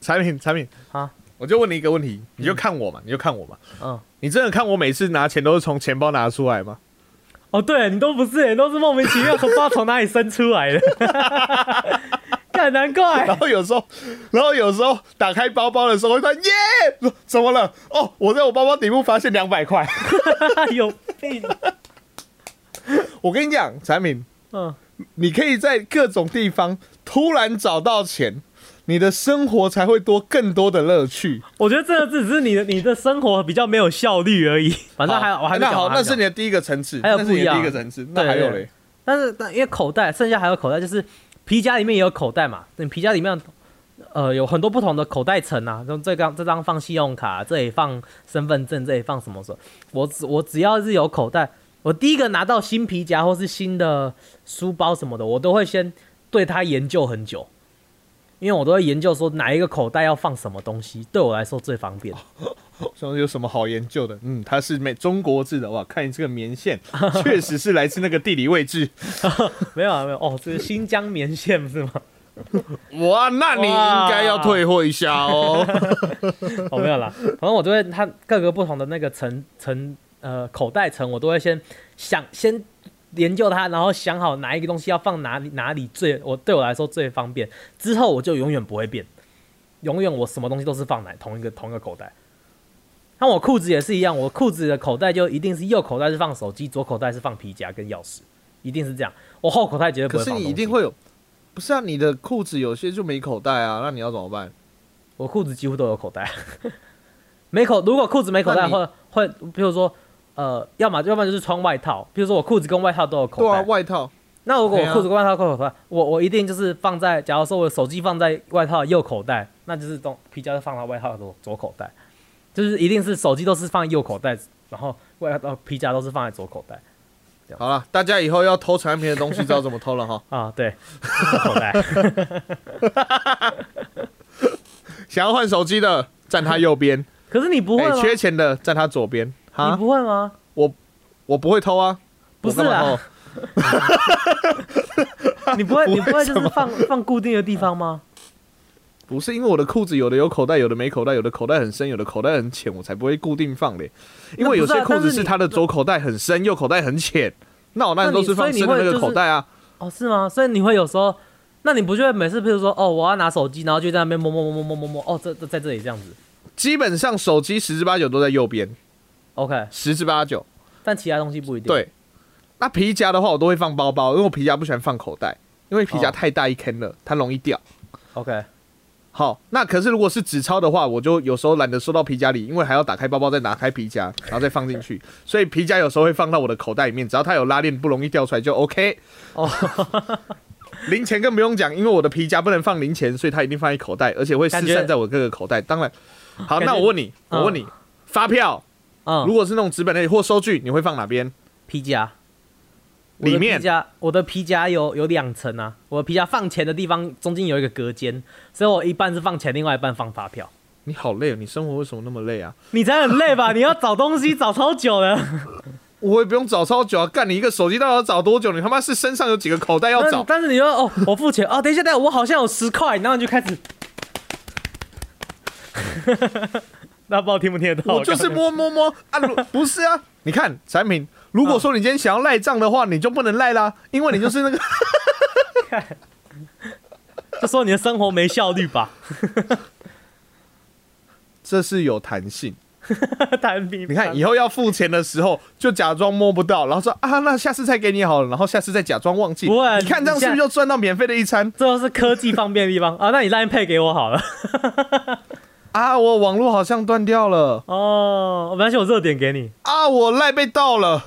Speaker 1: 产品产品
Speaker 2: 啊，
Speaker 1: 我就问你一个问题，你就看我嘛，你就看我嘛。
Speaker 2: 嗯，
Speaker 1: 你真的看我每次拿钱都是从钱包拿出来吗？
Speaker 2: 哦，对你都不是，你都是莫名其 妙不知道从哪里生出来的，干难怪
Speaker 1: 然后有时候，然后有时候打开包包的时候，会说耶，怎么了？哦，我在我包包底部发现两百块。
Speaker 2: 有病。
Speaker 1: 我跟你讲，产品，
Speaker 2: 嗯，
Speaker 1: 你可以在各种地方突然找到钱，你的生活才会多更多的乐趣。
Speaker 2: 我觉得这个只是你的你的生活比较没有效率而已。反啊正还有我还没
Speaker 1: 那
Speaker 2: 讲
Speaker 1: 好，
Speaker 2: 完，还没
Speaker 1: 那
Speaker 2: 讲
Speaker 1: 是你的第一个层次，
Speaker 2: 还有
Speaker 1: 那是你
Speaker 2: 不
Speaker 1: 的
Speaker 2: 一样
Speaker 1: 第一个层次，那还有嘞，
Speaker 2: 但是但因为口袋，剩下还有口袋，就是皮夹里面也有口袋嘛。你皮夹里面，呃，有很多不同的口袋层啊。像这张这张放信用卡，这里放身份证，这里放什么什么。我只我只要是有口袋，我第一个拿到新皮夹或是新的书包什么的，我都会先对它研究很久。因为我都会研究说哪一个口袋要放什么东西，对我来说最方便。
Speaker 1: 说有什么好研究的？嗯，它是美中国制的哇，看你这个棉 线，确实是来自那个地理位置。
Speaker 2: 没有啊，没有哦，这是新疆棉线是吗？
Speaker 1: 哇，那你应该要退货一下哦。
Speaker 2: 哦，没有啦，反正我就会它各个不同的那个层层呃口袋层，我都会先想先研究它，然后想好哪一个东西要放哪里哪里最我对我来说最方便，之后我就永远不会变，永远我什么东西都是放哪同一个同一个口袋。那我裤子也是一样，我裤子的口袋就一定是右口袋是放手机，左口袋是放皮夹跟钥匙，一定是这样。我后口袋绝对不
Speaker 1: 可
Speaker 2: 会
Speaker 1: 是
Speaker 2: 放东
Speaker 1: 你
Speaker 2: 西。
Speaker 1: 一定会有，不是啊？你的裤子有些就没口袋啊，那你要怎么办？
Speaker 2: 我裤子几乎都有口袋， 没口如果裤子没口
Speaker 1: 那
Speaker 2: 袋
Speaker 1: 你
Speaker 2: 会会，比如说呃，要么要么就是穿外套，比如说我裤子跟外套都有口
Speaker 1: 对啊，
Speaker 2: 袋。
Speaker 1: 外套。
Speaker 2: 那如果
Speaker 1: 对
Speaker 2: 我
Speaker 1: 啊
Speaker 2: 裤子跟外套都有口袋，我我一定就是放在，假如说我手机放在外套的右口袋，那就是东皮夹就放到外套的左左口袋，就是一定是手机都是放右口袋，然后外套皮夹都是放在左口袋
Speaker 1: 好了，大家以后要偷产品的东西知道怎么偷了 哈。
Speaker 2: 啊，对，左口袋。
Speaker 1: 想要换手机的，站他右 边；
Speaker 2: 可是你不会
Speaker 1: 哎、
Speaker 2: 吗？
Speaker 1: 缺啊钱的，站他左边。
Speaker 2: 你
Speaker 1: 哈，
Speaker 2: 不会吗？
Speaker 1: 我不会偷啊，
Speaker 2: 不是
Speaker 1: 我干嘛
Speaker 2: 啦
Speaker 1: 偷，
Speaker 2: 你不会你不会
Speaker 1: 什
Speaker 2: 就是
Speaker 1: 么
Speaker 2: 放放固定的地方吗？
Speaker 1: 不是因为我的裤子有的有口袋，有的没口袋，有的口袋很深，有的口袋很浅，我才不会固定放嘞。因为有些
Speaker 2: 那不是啊
Speaker 1: 裤
Speaker 2: 但是
Speaker 1: 子
Speaker 2: 你
Speaker 1: 是它的左口袋很深，右口袋很浅，那我那都是放深的那个口袋啊。
Speaker 2: 哦，是吗？所以你会有时候，那你不就会每次，譬如说，哦，我要拿手机，然后就在那边摸摸摸摸摸摸摸，哦，这这在这里这样子
Speaker 1: 基本上手机十之八九都在右边，
Speaker 2: ，OK，
Speaker 1: 十之八九。
Speaker 2: 但其他东西不一定。，
Speaker 1: 对，那皮夹的话，我都会放包包，因为我皮夹不喜欢放口袋，因为皮夹
Speaker 2: 哦
Speaker 1: 太大一坑了，它容易掉。
Speaker 2: ，OK，
Speaker 1: 好，那可是如果是纸钞的话，我就有时候懒得收到皮夹里，因为还要打开包包再拿开皮夹，然后再放进 去，所以皮夹有时候会放到我的口袋里面，只要它有拉链不容易掉出来就 OK。
Speaker 2: 哦，
Speaker 1: 零钱更不用讲，因为我的皮夹不能放零钱，所以它一定放在口袋，而且会失
Speaker 2: 感觉
Speaker 1: 散在我各个口袋。当然，好，
Speaker 2: 感觉
Speaker 1: 那我问你，
Speaker 2: 嗯
Speaker 1: 我问你，发票如
Speaker 2: 嗯，
Speaker 1: 果是那种纸本类或收据，你会放哪边？
Speaker 2: 皮夹，我的
Speaker 1: 里面
Speaker 2: 皮夹，我的皮夹有有两层啊，我的皮夹放钱的地方中间有一个隔间，所以我一半是放钱，另外一半放发票。
Speaker 1: 你好累哦，你生活为什么那么累啊？
Speaker 2: 你才很累 吧？你要找东西找超久了，
Speaker 1: 我也不用找超久啊，干你一个手机到底要找多久？你他妈是身上有几个口袋 要
Speaker 2: 但
Speaker 1: 找？
Speaker 2: 但是你说哦，我付钱啊、哦，等一下，等一下，我好像有十块，然后你就开 始， 那不知道听不听得到？
Speaker 1: 我就是摸摸摸啊，如 不是啊？你看产品，如果说你今天想要赖账的话，你就不能赖啦，因为你就是那个，
Speaker 2: 就说你的生活没效率吧，
Speaker 1: 这是有弹性。
Speaker 2: 单兵。
Speaker 1: 你看以后要付钱的时候，就假装摸不到，然后说啊，那下次再给你好了，然后下次再假装忘记。
Speaker 2: 不会啊
Speaker 1: 你看这样是不是就赚到免费的一餐？
Speaker 2: 这就是科技方便的地方啊！那你 Line Pay 给我好了，
Speaker 1: 啊，我网络好像断掉了
Speaker 2: 哦，没关系，我热点给你，
Speaker 1: 啊，我赖被盗了。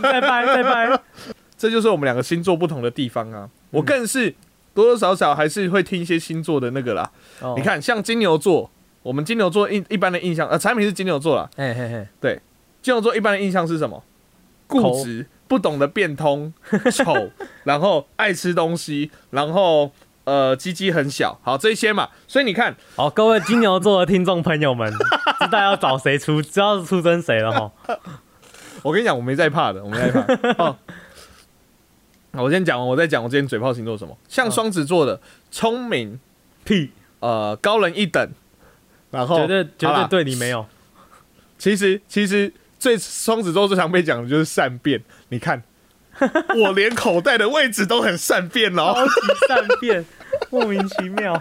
Speaker 2: 拜拜拜拜。
Speaker 1: 这就是我们两个星座不同的地方啊。我更是多多少少还是会听一些星座的那个啦。
Speaker 2: 哦
Speaker 1: 你，看，像金牛座，我们金牛座一一般的印象，呃，产品是金牛座啦。
Speaker 2: 哦嘿嘿嘿，
Speaker 1: 金牛座一般的印象是什么？
Speaker 2: 抠
Speaker 1: 固执，不懂得变通， 丑，然后爱吃东西，然后呃，鸡鸡很小，好这些嘛。所以你看，
Speaker 2: 好，各位金牛座的听众朋友们， 知道要找谁出，知道出征谁了
Speaker 1: 哦
Speaker 2: 哈。
Speaker 1: 我跟你讲，我没在怕的，我没在 怕。哦，那我先讲完，我再讲我今天嘴炮星座什么。像双子座的，聪明，
Speaker 2: 屁，
Speaker 1: 呃，高人一等，然后
Speaker 2: 绝对绝
Speaker 1: 好
Speaker 2: 对
Speaker 1: 啦
Speaker 2: 对你没有。
Speaker 1: 其实其实最双子座最常被讲的就是善变。你 看，我连口袋的位置都很善变哦。
Speaker 2: 超级善变， 莫名其妙，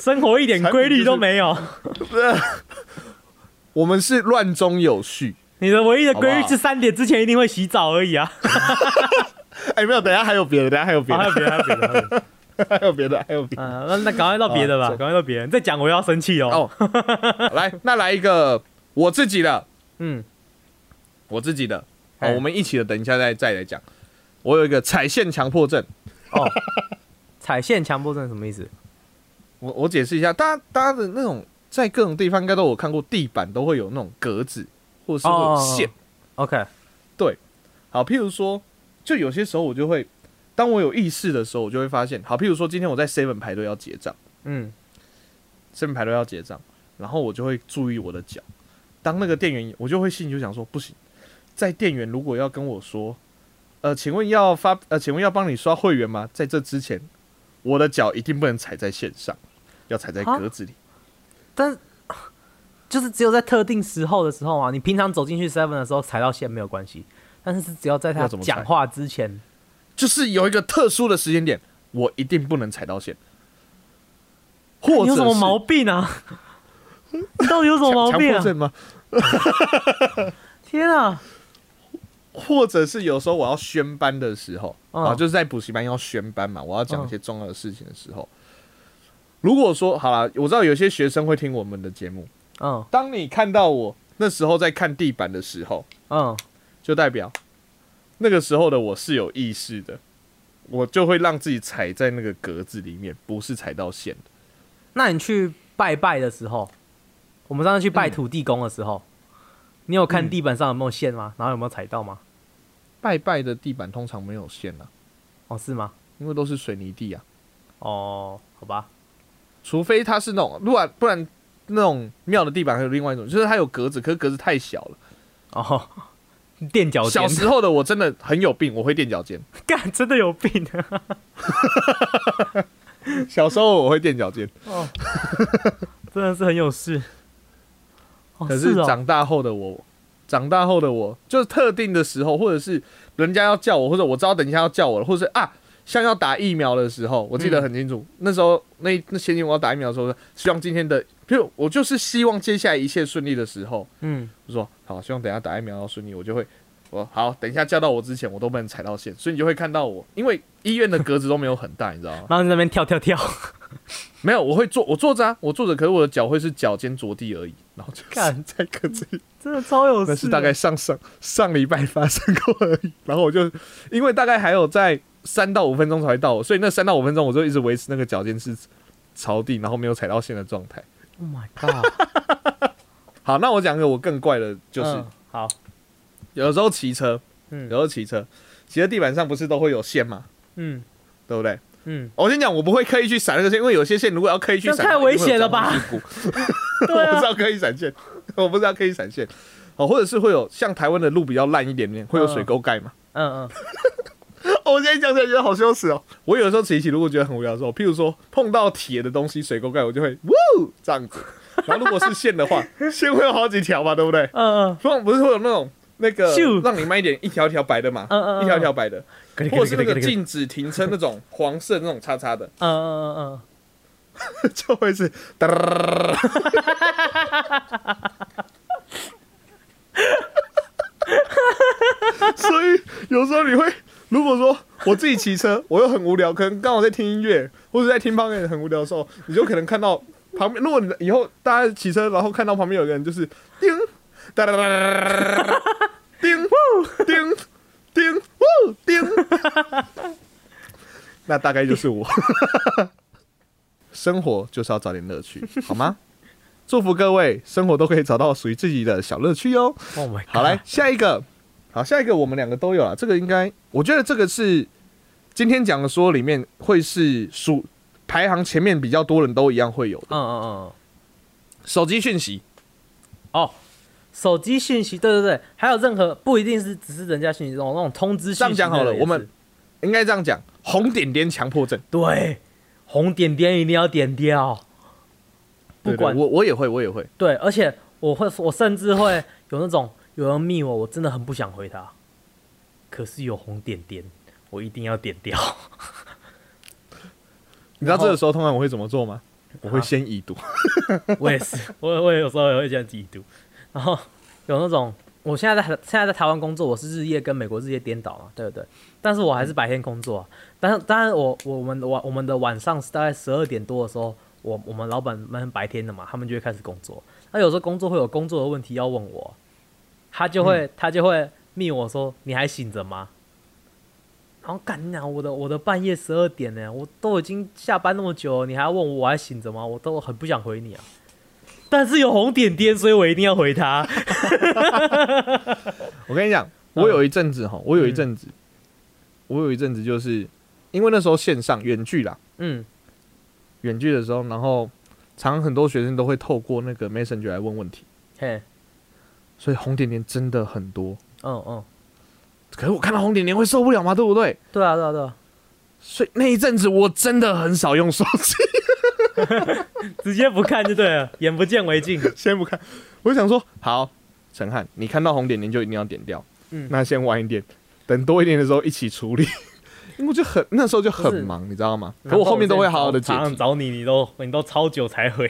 Speaker 2: 生活一点规律都 没有。
Speaker 1: 我们是乱中有序。
Speaker 2: 你的唯一的规
Speaker 1: 好
Speaker 2: 律
Speaker 1: 不好
Speaker 2: 是三点之前一定会洗澡而已啊，
Speaker 1: 哎，没有，等一下还有别的，等一下还有别
Speaker 2: 好还有
Speaker 1: 的，
Speaker 2: 别的，还有别的
Speaker 1: 还
Speaker 2: 还有别的，
Speaker 1: 有别的，还有别的。
Speaker 2: 嗯，那那赶快到别的吧，
Speaker 1: 好
Speaker 2: 赶快到别人，再讲我要生气哦。
Speaker 1: 哦，来，那来一个我自己的，
Speaker 2: 嗯，
Speaker 1: 我自己的。好，
Speaker 2: 哎
Speaker 1: 我们一起的，等一下再再来讲。我有一个踩线强迫症，
Speaker 2: 哦，踩线强迫症什么意思？
Speaker 1: 我我解释一下，大家大家的那种在各种地方应该都有看过，地板都会有那种格子或者是会有
Speaker 2: 哦
Speaker 1: 线。
Speaker 2: OK，
Speaker 1: 好，譬如说，就有些时候我就会，当我有意识的时候，我就会发现，好，譬如说今天我在 Seven 排队要结账
Speaker 2: 嗯，
Speaker 1: ，Seven 排队要结账，然后我就会注意我的脚。当那个店员，我就会心里就想说，不行，在店员如果要跟我说，呃，请问要发，呃，请问要帮你刷会员吗？在这之前，我的脚一定不能踩在线上，要踩在
Speaker 2: 啊
Speaker 1: 格子里。
Speaker 2: 但就是只有在特定时候的时候啊，你平常走进去 Seven 的时候踩到线没有关系，但是是只要在他
Speaker 1: 要怎么踩
Speaker 2: 讲话之前，
Speaker 1: 就是有一个特殊的时间点，我一定不能踩到线。或
Speaker 2: 你
Speaker 1: 者
Speaker 2: 有什么
Speaker 1: 是
Speaker 2: 毛病啊？你到底有什么
Speaker 1: 强
Speaker 2: 毛
Speaker 1: 强
Speaker 2: 病
Speaker 1: 迫
Speaker 2: 啊？
Speaker 1: 症吗？
Speaker 2: 天啊！
Speaker 1: 或者是有时候我要宣班的时候、
Speaker 2: 嗯
Speaker 1: 啊，就是在补习班要宣班嘛，我要讲一些重要的事情的时候，如果说好啦，我知道有些学生会听我们的节目，
Speaker 2: 嗯
Speaker 1: 当你看到我那时候在看地板的时候，
Speaker 2: 嗯，
Speaker 1: 就代表那个时候的我是有意识的，我就会让自己踩在那个格子里面，不是踩到线的。
Speaker 2: 那你去拜拜的时候，我们上次去拜土地公的时候，你有看地板上有没有线吗？然后有没有踩到吗？
Speaker 1: 拜拜的地板通常没有线啊，
Speaker 2: 哦，是吗？
Speaker 1: 因为都是水泥地啊，
Speaker 2: 哦，好吧，
Speaker 1: 除非它是那种，不然不然那种庙的地板还有另外一种，就是它有格子，可是格子太小了。
Speaker 2: 哦，垫脚尖
Speaker 1: 小，时候的我真的很有病，我会垫脚尖。
Speaker 2: 干真的有病啊！
Speaker 1: 小时候我会垫脚尖，
Speaker 2: 哦，真的是很有事。哦，
Speaker 1: 可是
Speaker 2: 哦，
Speaker 1: 长大后的我，长大后的我，就是特定的时候，或者是人家要叫我，或者我知道等一下要叫我了，或者是啊，像要打疫苗的时候，我记得很清楚，那时候那那前天我要打疫苗的时候，希望今天的，就我就是希望接下来一切顺利的时候，
Speaker 2: 嗯，
Speaker 1: 我说好，希望等一下打疫苗要顺利，我就会。我好，等一下叫到我之前，我都不能踩到线，所以你就会看到我，因为医院的格子都没有很大，你知道吗？
Speaker 2: 然后你在那边跳跳 跳，
Speaker 1: 没有，我会坐，我坐着啊，我坐着，可是我的脚会是脚尖着地而已，然后就
Speaker 2: 干
Speaker 1: 是在格子里。
Speaker 2: 真的超有事。
Speaker 1: 那是大概上上上礼拜发生过而已。然后我就因为大概还有在三到五分钟才会到我，所以那三到五分钟我就一直维持那个脚尖是朝地，然后没有踩到线的状态。
Speaker 2: ，Oh my god！
Speaker 1: 好，那我讲个我更怪的， 就是、
Speaker 2: 嗯好，
Speaker 1: 有时候骑车，有时
Speaker 2: 嗯
Speaker 1: 候骑车，骑车地板上不是都会有线吗？
Speaker 2: 嗯
Speaker 1: 对不对？
Speaker 2: 嗯，
Speaker 1: 我先讲，我不会刻意去闪那个线，因为有些线如果要刻意去
Speaker 2: 这
Speaker 1: 闪，
Speaker 2: 太危险了吧
Speaker 1: 一定 会有交通事故？
Speaker 2: 对啊
Speaker 1: 我不知道刻意闪现，我不知道刻意闪现，哦，或者是会有像台湾的路比较烂一点点，会有水沟盖嘛。
Speaker 2: 嗯嗯
Speaker 1: 哦 我现在讲起来觉得好羞耻哦。我有的时候骑一骑，如果觉得很无聊的时候，譬如说碰到铁的东西、水沟盖，我就会呜这样子。然后如果是线的话， 线会有好几条嘛，对不对？
Speaker 2: 嗯嗯
Speaker 1: 不然不是会有那种那个
Speaker 2: 咻
Speaker 1: 让你慢一点，一条一条白的嘛，
Speaker 2: 嗯嗯嗯
Speaker 1: 一条一条白的，
Speaker 2: 嗯，
Speaker 1: 或者是那个
Speaker 2: 嗯
Speaker 1: 禁止停车那种黄色那种叉叉的，
Speaker 2: 嗯嗯嗯。
Speaker 1: 就会是哒哒哒哒 哒哒。所以有时候你会，如果说我自己骑车，我又很无聊，可能刚好在听音乐或者在听 p o 很无聊的时候，你就可能看到旁边，如果你以后大家骑车，然后看到旁边有个人就是叮哒哒哒哒哒，叮叮叮呜叮， 那大概就是我。生活就是要找点乐趣， 好吗？祝福各位生活都可以找到属于自己的小乐趣哟。
Speaker 2: Oh my god！
Speaker 1: 好， 来，下一个，好，下一个我们两个都有了。这个应该，我觉得这个是今天讲的说里面会是数排行前面比较多人都一样会有的
Speaker 2: 嗯嗯嗯，
Speaker 1: 手机讯息。
Speaker 2: 哦，手机讯息，对对对，还有任何不一定是只是人家讯息，那种那种通知讯息
Speaker 1: 这样讲好了
Speaker 2: 那个也是
Speaker 1: 我们应该这样讲，红点点强迫症。
Speaker 2: 对红点点一定要点掉，不管
Speaker 1: 对对我我也会，我也会。
Speaker 2: 对，而且我会，我甚至会有那种有人密我，我真的很不想回他，可是有红点点，我一定要点掉。
Speaker 1: 你知道
Speaker 2: 然后
Speaker 1: 这个时候通常我会怎么做吗？我会先已读，
Speaker 2: 我也是，我我有时候也会这样嫉妒。然后有那种，我现在在现在在台湾工作，我是日夜跟美国日夜颠倒嘛，对不对？但是我还是白天工作、啊。但是当然我，我们的晚我们的晚上是大概十二点多的时候，我我们老板们白天的嘛，他们就会开始工作。那有时候工作会有工作的问题要问我，他就会、他就会密我说你还醒着吗？然后干你娘！我的我的半夜十二点呢，我都已经下班那么久了，你还要问我我还醒着吗？我都很不想回你啊。但是有红点点，所以我一定要回他。
Speaker 1: 我跟你讲，我有一阵子哈，我有一阵子，我有一阵子就是因为那时候线上远距啦，
Speaker 2: 嗯，
Speaker 1: 远距的时候，然后常很多学生都会透过那个 Messenger 来问问题，
Speaker 2: 嘿，
Speaker 1: 所以红点点真的很多。
Speaker 2: 嗯嗯，
Speaker 1: 可是我看到红点点会受不了吗？对不对？
Speaker 2: 对啊对啊对啊，
Speaker 1: 所以那一阵子我真的很少用手机，
Speaker 2: 直接不看就对了，眼不见为 净。
Speaker 1: 先不看。我就想说，好，陈汉，你看到红点点就一定要点掉，
Speaker 2: 嗯
Speaker 1: 那先晚一点，等多一点的时候一起 处理。因为我就很那时候就很
Speaker 2: 不是嗯
Speaker 1: 忙，你知道吗？可我后面都会好好的解
Speaker 2: 常常
Speaker 1: 题，
Speaker 2: 找你，你都你都超久才回。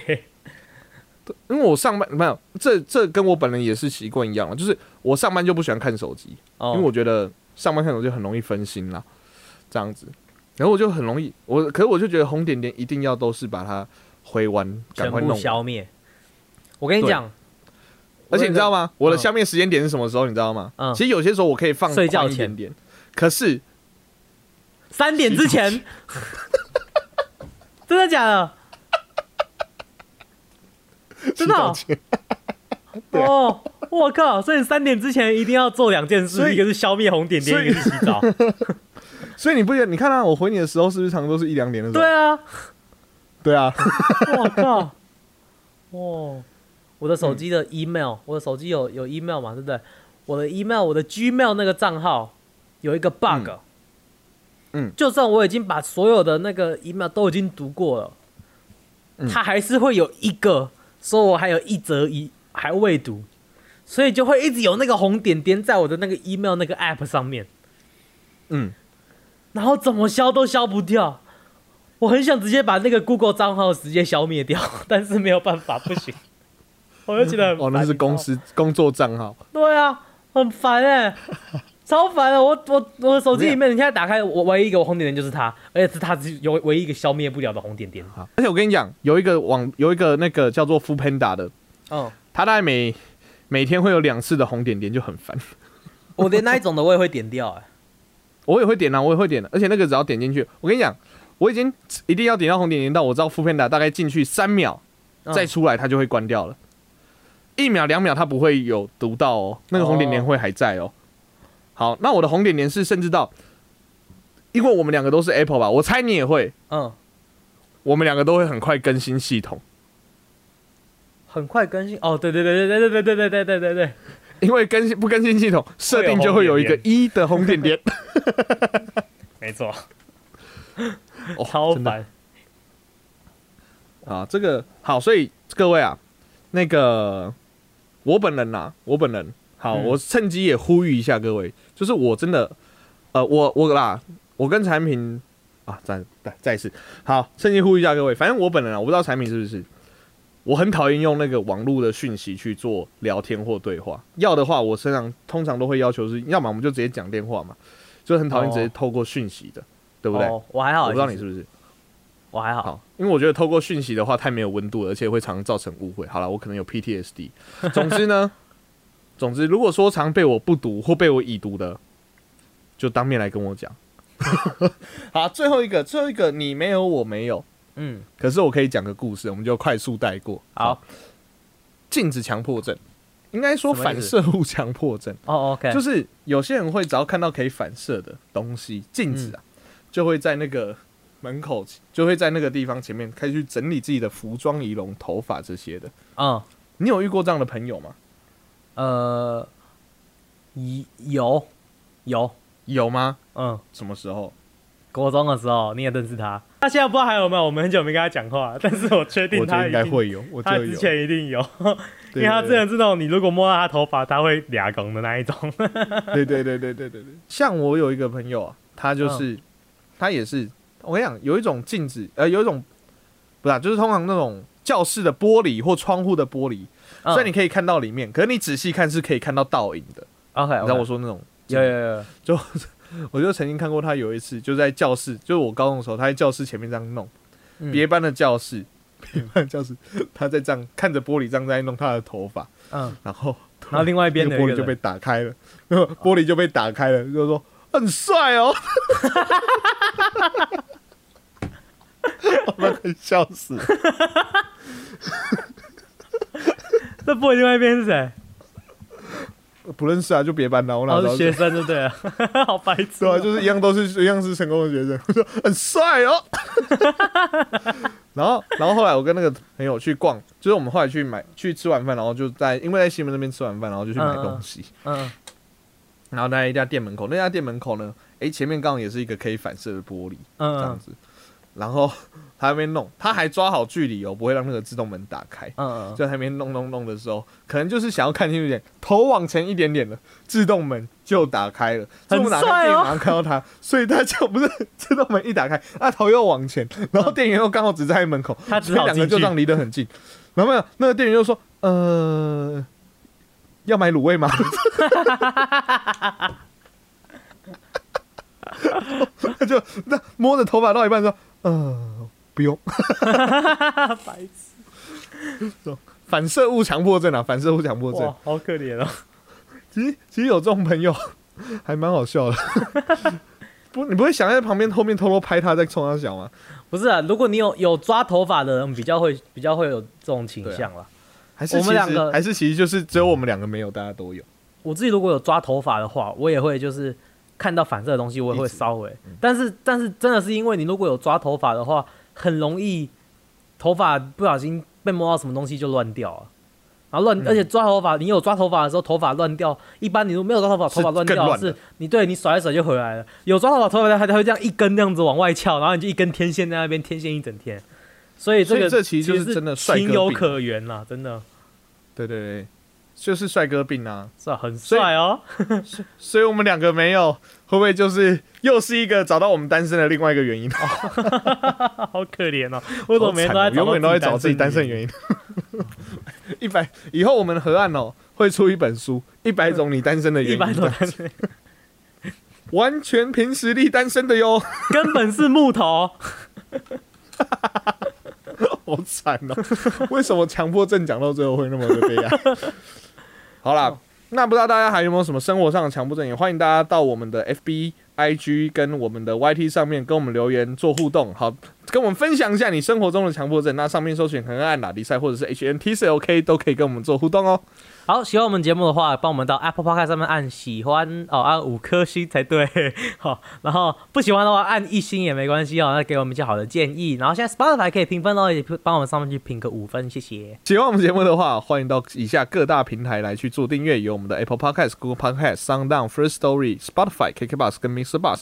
Speaker 1: 因为我上班没有这这跟我本人也是习惯一样了，就是我上班就不喜欢看手机，
Speaker 2: 哦
Speaker 1: 因为我觉得上班看手机很容易分心啦，这样子，然后我就很容易，我可是我就觉得红点点一定要都是把它回完，赶
Speaker 2: 全
Speaker 1: 快
Speaker 2: 部
Speaker 1: 弄完。
Speaker 2: 消灭。我跟你讲，
Speaker 1: 而且你知道吗？我的
Speaker 2: 嗯
Speaker 1: 消灭时间点是什么时候？你知道吗？
Speaker 2: 嗯
Speaker 1: 其实有些时候我可以放
Speaker 2: 睡觉
Speaker 1: 宽一点
Speaker 2: 前
Speaker 1: 点，可是
Speaker 2: 三点之 前，真的 假的？真的哦、哦，我靠！所以三点之前一定要做两件
Speaker 1: 所
Speaker 2: 事，
Speaker 1: 以
Speaker 2: 一个是消灭红点
Speaker 1: 所
Speaker 2: 点，
Speaker 1: 以
Speaker 2: 一个是洗 澡。
Speaker 1: 所以你不觉得？你看啊，我回你的时候是不是常常都是一两点的时候？
Speaker 2: 对啊，
Speaker 1: 对啊，
Speaker 2: 我靠！哦，我的手机的 email，、我的手机有有 email 嘛，对不对？我的 email，我的 Gmail 那个账号有一个 bug，
Speaker 1: 嗯
Speaker 2: 就算我已经把所有的那个 email 都已经读过了，它还是会有一个说我还有一则一还未读，所以就会一直有那个红点点在我的那个 email 那个 app 上面，
Speaker 1: 嗯，
Speaker 2: 然后怎么消都消不掉。我很想直接把那个 Google 账号直接消灭掉， 但是没有办法，不 行。我就觉得很
Speaker 1: 哦，那
Speaker 2: 烦
Speaker 1: 是公。司工作账号。
Speaker 2: 你知道吗对啊，很烦哎、超烦的。我我我的手机里面，你现在打开，我唯一一个红点点就是它，而且是它只有唯一一个消灭不了的红点点。
Speaker 1: 好，而且我跟你讲，有一个网有一个那个叫做 f o o Panda 的，
Speaker 2: 嗯，
Speaker 1: 他大概每每天会有两次的红点点，就很烦。
Speaker 2: 我连那一种的我也会点掉
Speaker 1: 欸
Speaker 2: 哎、
Speaker 1: 我也会点啊，我也会点的、而且那个只要点进去，我跟你讲，我已经一定要点到红点点到我知道 f o o Panda 大概进去三秒，
Speaker 2: 嗯
Speaker 1: 再出来它就会关掉了。一秒两秒它不会有读到哦，那个红点点会还在哦。好，那我的红点点是甚至到，因为我们两个都是 Apple 吧，我猜你也会，
Speaker 2: 嗯，
Speaker 1: 我们两个都会很快更新系统，
Speaker 2: 很快更新哦，对对对对对对对对对对对
Speaker 1: 因为更新不更新系统设定就会有一个
Speaker 2: 红
Speaker 1: 一的红点 点，
Speaker 2: 没错，
Speaker 1: 哦
Speaker 2: 超
Speaker 1: 真的
Speaker 2: 烦。
Speaker 1: 啊，这个好，所以各位啊，那个我本人呐、我本人好，
Speaker 2: 嗯
Speaker 1: 我趁机也呼吁一下各位，就是我真的，呃，我我啦，我跟产品啊，再再再一次，好，趁机呼吁一下各位，反正我本人啊，我不知道产品是不是，我很讨厌用那个网络的讯息去做聊天或对话，要的话，我身上通常都会要求是，要么我们就直接讲电话嘛，就很讨厌直接
Speaker 2: 哦
Speaker 1: 透过讯息的，对不对？
Speaker 2: 哦，我还好，
Speaker 1: 我不知道你
Speaker 2: 其
Speaker 1: 是
Speaker 2: 实
Speaker 1: 不是。
Speaker 2: 我还好，
Speaker 1: 好，因为我觉得透过讯息的话太没有温度了，而且会常造成误会。好了，我可能有 PTSD。总之呢，总之如果说常被我不读或被我已读的，就当面来跟我讲。 好，最后一个，最后一个，你没有，我没有，
Speaker 2: 嗯，
Speaker 1: 可是我可以讲个故事，我们就快速带过。
Speaker 2: 好，，
Speaker 1: 禁止强迫症，应该说
Speaker 2: 什么意
Speaker 1: 反
Speaker 2: 思
Speaker 1: 射物强迫症。
Speaker 2: 哦，OK，
Speaker 1: 就是是有些人会只要看到可以反射的东西镜子啊，就会在那个门口，就会在那个地方前面开始去整理自己的服装、仪容、头发这些的。
Speaker 2: 嗯
Speaker 1: 你有遇过这样的朋友吗？
Speaker 2: 呃，一有有，
Speaker 1: 有吗？
Speaker 2: 嗯，
Speaker 1: 什么时候？
Speaker 2: 国中的时候你也认识他，他现在不知道还有没有，我们很久没跟他讲话，但是我确定
Speaker 1: 我觉
Speaker 2: 他
Speaker 1: 得应
Speaker 2: 一
Speaker 1: 该
Speaker 2: 定，
Speaker 1: 会有，我觉
Speaker 2: 他
Speaker 1: 得有
Speaker 2: 之，前一定有，因
Speaker 1: 对
Speaker 2: 为他
Speaker 1: 对
Speaker 2: 真的是那种你如果摸到他头发，他会俩拱的那一种。
Speaker 1: 对对对对对对对。像我有一个朋友啊，他就是、他也是，我跟你讲，有一种镜子，呃，有一种不是、啊，就是通常那种教室的玻璃或窗户的玻璃，
Speaker 2: 嗯
Speaker 1: 所以你可以看到里面，可是你仔细看是可以看到倒影的。
Speaker 2: OK，
Speaker 1: 你知道我说那种，
Speaker 2: 嗯有有有有，
Speaker 1: 我就曾经看过他有一次就在教室，就是我高中的时候，他在教室前面这样弄，
Speaker 2: 嗯
Speaker 1: 别、班的教室，别班的教室，他在这样看着玻璃这样在弄他的头发，
Speaker 2: 嗯，
Speaker 1: 然后
Speaker 2: 然后另外一
Speaker 1: 那
Speaker 2: 边
Speaker 1: 个
Speaker 2: 的
Speaker 1: 玻
Speaker 2: 一
Speaker 1: 璃就
Speaker 2: 个
Speaker 1: 被
Speaker 2: 人
Speaker 1: 打开了，然后玻璃就被打开了，就说很帅哦， 我们很笑死，
Speaker 2: 这不另外一边是谁？
Speaker 1: 不认识啊，就别班 的，我哪知
Speaker 2: 哦，
Speaker 1: 道
Speaker 2: 是学生就对了，好白痴
Speaker 1: 对
Speaker 2: 哦、
Speaker 1: 啊，就是一样都是一样是成功的学生，我说很帅哦。 然后，然后后来我跟那个朋友去逛，就是我们后来去买去吃晚饭，然后就在因为在西门那边吃晚饭，然后就去买
Speaker 2: 嗯嗯
Speaker 1: 东西，
Speaker 2: 嗯
Speaker 1: 然后在一家店门口，那家店门口呢，诶，前面刚好也是一个可以反射的玻璃这样
Speaker 2: 嗯
Speaker 1: 子，然后他在那边弄，他还抓好距离哦，不会让那个自动门打开。
Speaker 2: 嗯
Speaker 1: 就在那边弄弄弄的时候，可能就是想要看清楚一点，头往前一点点了，自动门就打开了。自
Speaker 2: 很
Speaker 1: 动门打开，
Speaker 2: 帅哦
Speaker 1: 店员马上看到他，所以他就不是自动门一打开，他头又往前，然后店员又刚好只在门口，
Speaker 2: 他
Speaker 1: 所
Speaker 2: 只
Speaker 1: 以
Speaker 2: 好
Speaker 1: 两个
Speaker 2: 进
Speaker 1: 就
Speaker 2: 去
Speaker 1: 这。样离得很近。然后没有，那个店员就说：“呃，要买卤味吗？” 他就那摸着头发到一半说：“呃，不用。”
Speaker 2: 白痴，
Speaker 1: 反射物强迫症啊，反射物强迫症
Speaker 2: 哇。，好可怜哦。
Speaker 1: 其实其实有这种朋友， 还蛮好笑的。 不，你不会想在旁边后面偷偷拍他在冲他笑吗？
Speaker 2: 不是啊，如果你有有抓头发的人，比较会比较会有这种倾向
Speaker 1: 啊
Speaker 2: 啦。
Speaker 1: 还是
Speaker 2: 我们
Speaker 1: 其实
Speaker 2: 两个
Speaker 1: 还是其实就是只有我们两个没有，大家都有。
Speaker 2: 我自己如果有抓头发的话，我也会就是看到反射的东西，我也会
Speaker 1: 一直嗯
Speaker 2: 稍微。但是但是真的是因为你如果有抓头发的话，很容易头发不小心被摸到什么东西就乱掉啊。然后乱，
Speaker 1: 嗯
Speaker 2: 而且抓头发，你有抓头发的时候，头发乱掉。一般你如果没有抓头发，
Speaker 1: 是
Speaker 2: 头发乱
Speaker 1: 更
Speaker 2: 掉
Speaker 1: 乱的
Speaker 2: 是你对你甩一甩就回来了。有抓头发，头发它它会这样一根这样子往外翘，然后你就一根天线在那边天线一整天。所以这
Speaker 1: 所
Speaker 2: 个
Speaker 1: 以这其实就是
Speaker 2: 是
Speaker 1: 真的帅哥
Speaker 2: 情有
Speaker 1: 病
Speaker 2: 可原啦，真的
Speaker 1: 对对对，就是帅哥病啊。
Speaker 2: 是啊很
Speaker 1: 所以
Speaker 2: 帅哦。
Speaker 1: 所以我们两个没有，会不会就是又是一个找到我们单身的另外一个原因？
Speaker 2: 好可怜哦！我怎么每天都在
Speaker 1: 好惨哦永远都在找自己单身
Speaker 2: 因？
Speaker 1: 原因。 一百以后我们的河岸哦会出一本书，一百种你单身的原
Speaker 2: 一
Speaker 1: 因，
Speaker 2: 般都单身，
Speaker 1: 完全凭实力单身的哟。
Speaker 2: 根本是木头。
Speaker 1: 好惨哦！为什么强迫症讲到最后会那么的悲哀？好啦，那不知道大家还有没有什么生活上的强迫症？也欢迎大家到我们的 FB、IG 跟我们的 YT 上面跟我们留言做互动，好，跟我们分享一下你生活中的强迫症。那上面搜寻恒按拉迪赛或者是 HNTCLK 都可以跟我们做互动哦。
Speaker 2: 好，喜欢我们节目的话，帮我们到 Apple Podcast 上面按喜欢哦，按五颗星才对。好，然后不喜欢的话按一星也没关系哦，那给我们一些好的建议。然后现在 Spotify 可以评分哦，也帮我们上面去评个五分，谢谢。
Speaker 1: 喜欢我们节目的话，欢迎到以下各大平台来去做订阅，有我们的 Apple Podcast、Google Podcast、Sound On、First Story、Spotify、KKBox 跟 Mr. Bus。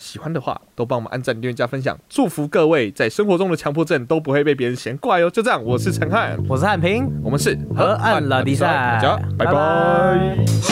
Speaker 1: 喜欢的话，都帮我们按赞、订阅、加分享，祝福各位在生活中的强迫症都不会被别人嫌怪哦。就这样，我是陈汉，
Speaker 2: 我是汉平，
Speaker 1: 我们是
Speaker 2: 河岸拉迪赛
Speaker 1: 大家拜
Speaker 2: 拜
Speaker 1: 拜
Speaker 2: 拜